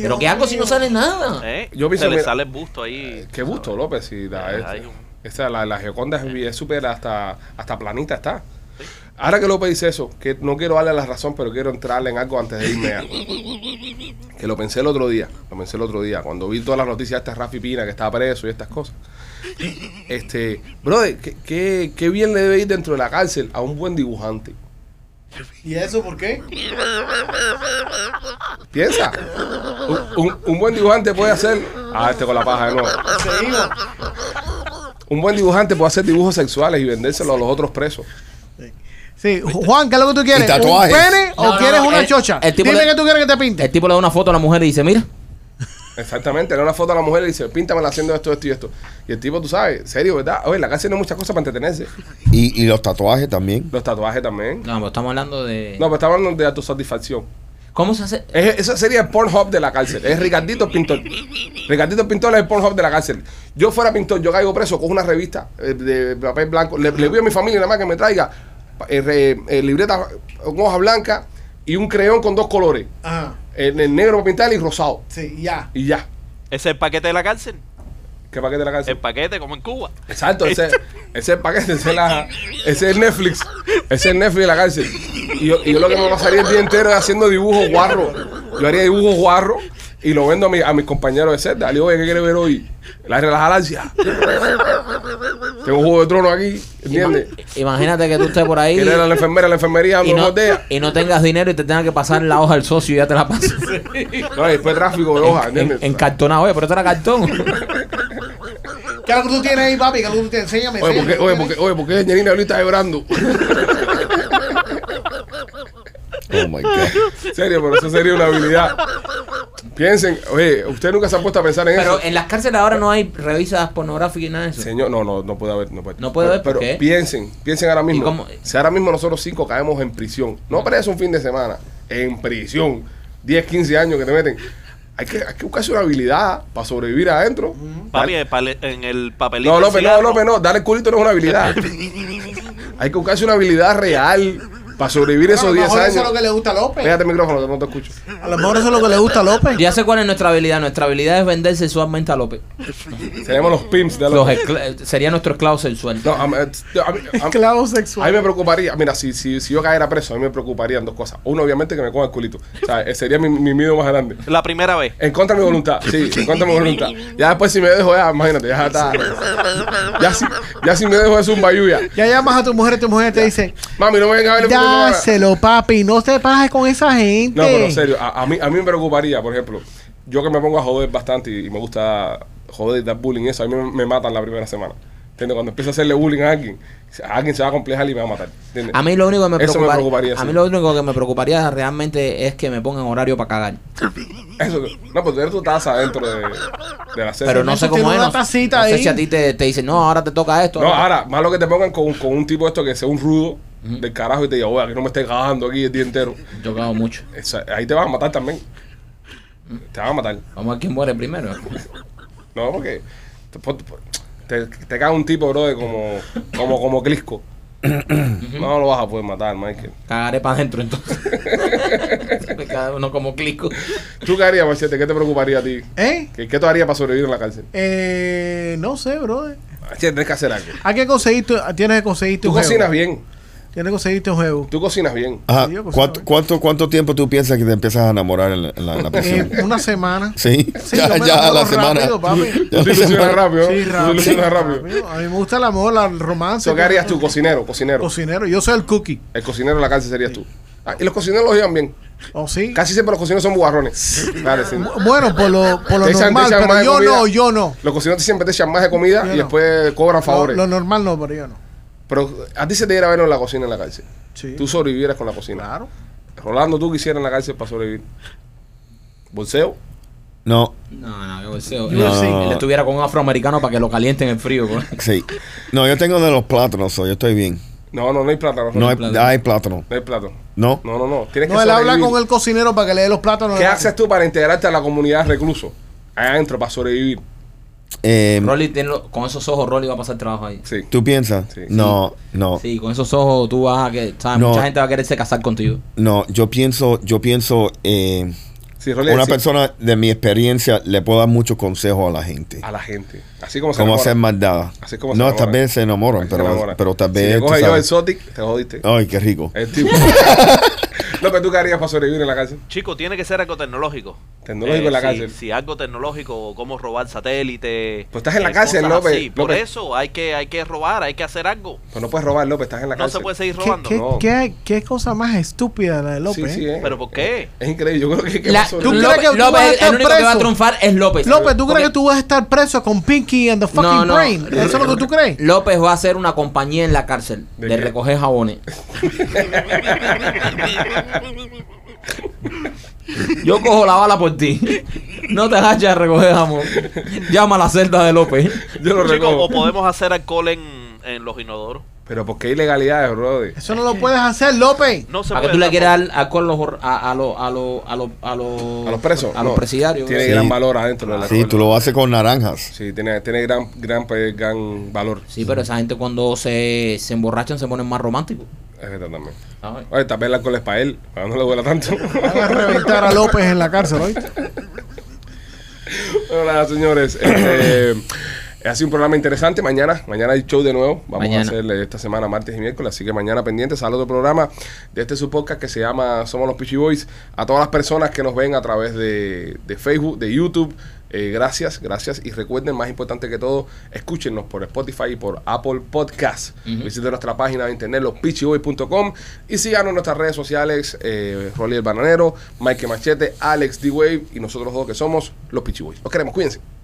B: Pero que algo si no sale nada.
E: ¿eh?
A: Yo pienso,
E: Se le
A: mira,
E: sale el busto ahí.
A: Qué gusto, López. Y la,
E: Eh,
A: esta-
E: hay un-
A: esta, la, la Gioconda es- es súper hasta, hasta planita está. Ahora que López dice eso, que no quiero darle la razón, pero quiero entrarle en algo antes de irme a... Que lo pensé el otro día, lo pensé el otro día, cuando vi todas las noticias de esta Rafi Pina que estaba preso y estas cosas. Este, brother, ¿qué, qué, qué bien le debe ir dentro de la cárcel a un buen dibujante.
C: ¿Y eso por qué?
A: Piensa, un, un- un buen dibujante puede hacer. Ah, este con la paja de nuevo.
C: Se iba.
A: Un buen dibujante puede hacer dibujos sexuales y vendérselo a los otros presos.
C: Sí, Juan, ¿qué es lo que tú quieres?
D: Y tatuajes.
C: ¿Un pene
B: No,
C: o
B: no,
C: quieres
B: no,
C: una
B: el-
C: chocha?
B: el tipo
C: Dime
B: de-
C: que tú quieres que te pinte.
B: El tipo le da una foto a la mujer y dice, mira.
A: Exactamente, le da una foto a la mujer y le dice, píntamela haciendo esto, esto y esto. Y el tipo, tú sabes, serio, ¿verdad? Oye, en la cárcel no hay muchas cosas para entretenerse.
D: Y, y los tatuajes también.
A: Los tatuajes también. No,
B: No, pero pues estamos hablando de...
A: pero estamos hablando de autosatisfacción.
B: ¿Cómo se hace?
A: Es- eso sería el Pornhub de la cárcel. Es Ricardito el Pintor. Ricardito el Pintor es el Pornhub de la cárcel. Yo fuera pintor, yo caigo preso con una revista eh, de papel blanco. Le, le pido a mi familia nada más que me traiga eh, re- eh, libreta con hoja blanca y un creón con dos colores.
C: Ajá.
A: El, el negro para pintar y rosado.
C: Sí, ya.
A: Y ya.
E: ¿Ese es el paquete de la cárcel?
A: ¿Qué paquete de la cárcel?
E: El paquete, como en Cuba.
A: Exacto, ese, ese es el paquete, ese es, la- ese es el Netflix, ese es el Netflix de la cárcel. Y yo, y yo lo que me pasaría el día entero es haciendo dibujos guarro. Yo haría dibujos guarro y lo vendo a, mi- a mis compañeros de celda. Le digo, oye, ¿qué quieres ver hoy? La de las galaxias. Tengo un juego de trono aquí, ¿entiendes?
B: Imagínate que tú estés por ahí
A: Que era la enfermera, la enfermería,
B: y
A: me
B: no,
A: bordea.
B: y no tengas dinero y te tengas que pasar la hoja al socio y ya te la pasas.
A: No, y después tráfico de hojas,
B: En,
A: ¿entiendes?
B: en cartonado, oye, pero esto era cartón.
C: ¿Qué es lo que tú tienes ahí, papi? ¿Qué es lo que tú tienes? Enséñame.
A: Oye, ¿por qué,
C: enséñame.
A: oye, ¿por qué, oye, ¿por qué Ñerina ahorita está llorando?
D: Oh my God.
A: serio, pero eso sería una habilidad. Piensen, oye, ustedes nunca se han puesto a pensar en eso.
B: Pero en las cárceles ahora no hay revistas pornográficas y nada de eso.
A: Señor, no, no, no puede haber, no puede.
B: No puede haber,
A: pero,
B: ¿por
A: pero
B: qué?
A: piensen, piensen ahora
B: ¿Y
A: mismo.
B: cómo?
A: Si ahora mismo nosotros cinco caemos en prisión, no preso un fin de semana, en prisión, 10, 15 años que te meten. hay que, hay que buscarse una habilidad para sobrevivir adentro.
E: Papi, el pale- en el papelito.
A: No,
E: de
A: López, no,
E: cigarro,
A: López, no. Darle el culito no es una habilidad. Hay que buscarse una habilidad real para sobrevivir
C: a
A: esos
C: lo
A: 10
C: mejor eso es
A: años.
C: lo que le gusta a López.
A: Pégate el micrófono, no te escucho.
C: A lo mejor eso es lo que le gusta a López.
B: Ya sé cuál es nuestra habilidad. Nuestra habilidad es vender sexualmente a López.
A: Tenemos los pimps de
B: Los
A: los.
B: escla- sería nuestro esclavo sexual.
A: No, a mí- a mí- a mí-
C: Esclavo
A: A mí
C: sexual.
A: me preocuparía, mira, si, si, si yo cayera preso, a mí me preocuparían dos cosas. Uno, obviamente, que me coja el culito. O sea, ese sería mi, mi miedo más grande.
E: La primera vez.
A: En contra de mi voluntad, sí, en contra de mi voluntad. Ya después, si me dejo, ya, imagínate, ya está. Ya si, ya si me dejo, es un bayuya.
C: Ya llamas a tu mujer y tu mujer te dice,
A: Mami, no me vengas a ver el fútbol ahora.
C: dáselo papi, no te pases con esa gente.
A: No, pero en serio, a, a mí, a mí me preocuparía, por ejemplo, yo que me pongo a joder bastante y, y me gusta joder y dar bullying y eso, a mí me, me matan la primera semana. ¿Entiendes? Cuando empiezo a hacerle bullying a alguien, a alguien se va a complejar y me va a matar. ¿Entiendes?
B: A mí lo único que me,
A: Eso me
B: preocupa-
A: preocuparía,
B: A
A: sí.
B: mí lo único que me preocuparía realmente es que me pongan horario para cagar.
A: Eso, no, pues tener tu taza dentro de, de la cena.
B: Pero no
C: eso
B: sé cómo
C: tiene
B: es.
C: una
B: No,
C: tacita
B: no sé
C: ahí.
B: si a ti te, te dicen, no, ahora te toca esto.
A: No, ah.
B: ahora-
A: ahora, más lo que te pongan con, con un tipo esto que sea un rudo del carajo y te diga, oye, que no me estés cagando aquí el día entero.
B: Yo cago mucho.
A: Esa- ahí te van a matar también. Te van a matar.
B: Vamos a ver quién muere primero.
A: No, porque te, pon- te, te cae un tipo, bro, de como, como, como Clisco. no lo vas a poder matar, Michael.
B: Cagaré para adentro entonces. Cada uno como clico.
A: ¿Tú qué harías, Machete? ¿Qué te preocuparía a ti?
C: ¿Eh?
A: ¿Qué, qué tú harías para sobrevivir en la cárcel?
C: Eh, no sé, bro.
A: Machete, tienes que hacer algo.
C: Hay que conseguir tu, Ah, tienes que conseguir tu
A: Tú
C: juego.
A: cocinas bien.
C: Tienes que conseguir tu juego.
A: Tú cocinas bien.
D: Ajá,
C: Sí, yo, pues,
D: ¿Cuánto,
C: sabe.
D: cuánto, cuánto tiempo tú piensas que te empiezas a enamorar en la, en la- en la prisión?
C: Eh, una semana.
D: Sí,
C: Sí, yo
D: ya,
C: me
D: ya a la
C: enamoro
D: semana.
C: rápido, papi.
D: Ya
A: Tú te
D: la semana.
A: ilusionas rápido.
C: Sí,
A: Sí, Tú te
C: rápido,
A: ilusionas rápido.
C: rápido. A mí me gusta el amor, el romance.
A: ¿Tú qué harías tú, cocinero? Cocinero.
C: Cocinero. Yo soy el cookie.
A: El cocinero de la cárcel serías tú. Ah, y los cocineros los llevan bien.
C: ¿O sí?
A: Casi siempre los cocineros son bugarrones. Dale, sí.
C: Bueno, por lo, por lo
A: Te echan- te
C: normal,
A: echan más
C: pero
A: de
C: yo
A: comida.
C: no, yo no.
A: Los cocineros siempre te echan más de comida
C: Yo
A: y
C: no.
A: después cobran
C: Lo,
A: favores.
C: lo normal no, pero yo no.
A: Pero a ti se te diera bueno en la cocina en la cárcel.
C: Sí.
A: Tú sobrevivieras con la cocina.
C: Claro.
A: Rolando, ¿tú quisieras en la cárcel para sobrevivir? ¿Bolseo?
D: No,
B: No, no, qué bolseo.
C: Yo
B: Eh,
C: sí.
B: él estuviera con un afroamericano para que lo calienten en frío. güey.
D: sí. No, yo tengo de los plátanos, so, yo estoy bien.
A: No, no, no hay plátano.
D: No hay,
B: plátano.
D: hay plátano.
A: no hay plátano.
D: No.
A: No, no, no. Tienes
C: No,
A: que
C: él habla
A: sobrevivir.
C: con el cocinero para que le dé los plátanos.
A: ¿Qué haces tú para integrarte a la comunidad recluso? Allá adentro, para sobrevivir.
D: Eh,
C: Em.
B: Rolly, tiene lo- con esos ojos, Rolly va a pasar trabajo ahí.
A: Sí.
D: ¿Tú piensas?
A: Sí.
D: No,
C: Oh.
D: no,
B: Sí, con esos ojos tú vas a que, ¿sabes?
D: No.
B: Mucha gente va a quererse casar contigo.
D: no. Yo pienso, yo pienso. eh,
A: Sí, Rolly,
D: una
A: sí,
D: persona de mi experiencia le puedo dar muchos consejos a la gente.
A: A la gente. Así como se
D: Cómo
A: enamora.
D: hacer maldadas.
A: Así como se
D: No,
A: enamora.
D: tal vez se enamoran,
A: Así se
D: pero,
A: enamora.
D: pero tal
A: Si
D: vez.
A: te
D: tú
A: coges yo
D: sabes.
A: el Zotic, te jodiste.
D: Ay, qué rico.
A: El tipo. López, ¿tú qué harías para sobrevivir en la cárcel?
E: Chico, tiene que ser algo tecnológico.
A: Tecnológico en la
E: si-
A: cárcel.
E: Si algo tecnológico, como robar satélite.
A: Pues estás en la
E: eh,
A: cárcel,
E: cosas
A: López,
E: así. Por
A: López.
E: eso hay que, hay que robar, hay que hacer algo.
A: Pues no puedes robar, López, estás en la
E: No
A: cárcel.
E: se puede seguir
C: ¿Qué,
E: robando.
C: qué,
A: No.
C: qué- qué cosa más estúpida la de López?
A: Sí, sí,
C: eh?
A: eh.
E: ¿Pero por qué?
A: Es increíble. Yo creo que. que
B: La-
A: va a
C: ¿Tú
A: sobrevivir.
C: crees que tú vas a
B: López,
C: estar
B: el único que va a
C: preso?
B: triunfar es López.
C: López, ¿tú
B: Porque
C: crees que tú vas a estar preso con Pinky and the fucking
B: No, no.
C: Brain? ¿Eso es lo que tú crees?
B: López va a ser una compañía en la cárcel
A: ¿De
B: de,
A: qué?
B: recoger jabones. Yo cojo la bala por ti. No te agaches a recoger jamón. Llama a la celda de López.
A: Yo lo
E: Chico, o
A: recojo.
E: podemos hacer alcohol en, en los inodoros.
A: Pero porque hay ilegalidades, brother.
C: Eso no lo puedes hacer, López.
E: No se
B: ¿A que
E: puede
B: tú le
E: tampoco.
B: quieras dar alcohol a los jor- a, a los a los a los a los
A: A los presos.
B: A los
A: no.
B: presidiarios.
A: Tiene
D: Sí.
A: gran valor adentro de la
D: Sí, tú lo haces con naranjas.
A: Sí, tiene, tiene gran, gran, pues, gran valor.
B: Sí, pero esa gente cuando se, se emborrachan se ponen más románticos.
A: Es verdad también.
B: ¿sabes?
A: Oye, tal vez el alcohol es para él, para no le duela tanto.
C: Van a reventar a López en la cárcel, ¿oíste?
A: Hola, señores. Este, ha sido un programa interesante. Mañana, mañana hay show de nuevo. Vamos
B: Mañana.
A: a hacer eh, esta semana, martes y miércoles. Así que mañana pendientes al otro programa de este su podcast que se llama Somos los Pichi Boys. A todas las personas que nos ven a través de, de Facebook, de YouTube. eh, gracias, gracias. Y recuerden, más importante que todo, escúchenos por Spotify y por Apple Podcast. Visiten nuestra página de internet, lospichiboys.com. Y síganos en nuestras redes sociales, eh, Rolly el Bananero, Mike Machete, Alex D-Wave y nosotros dos que somos los Pichi Boys. Los queremos, cuídense.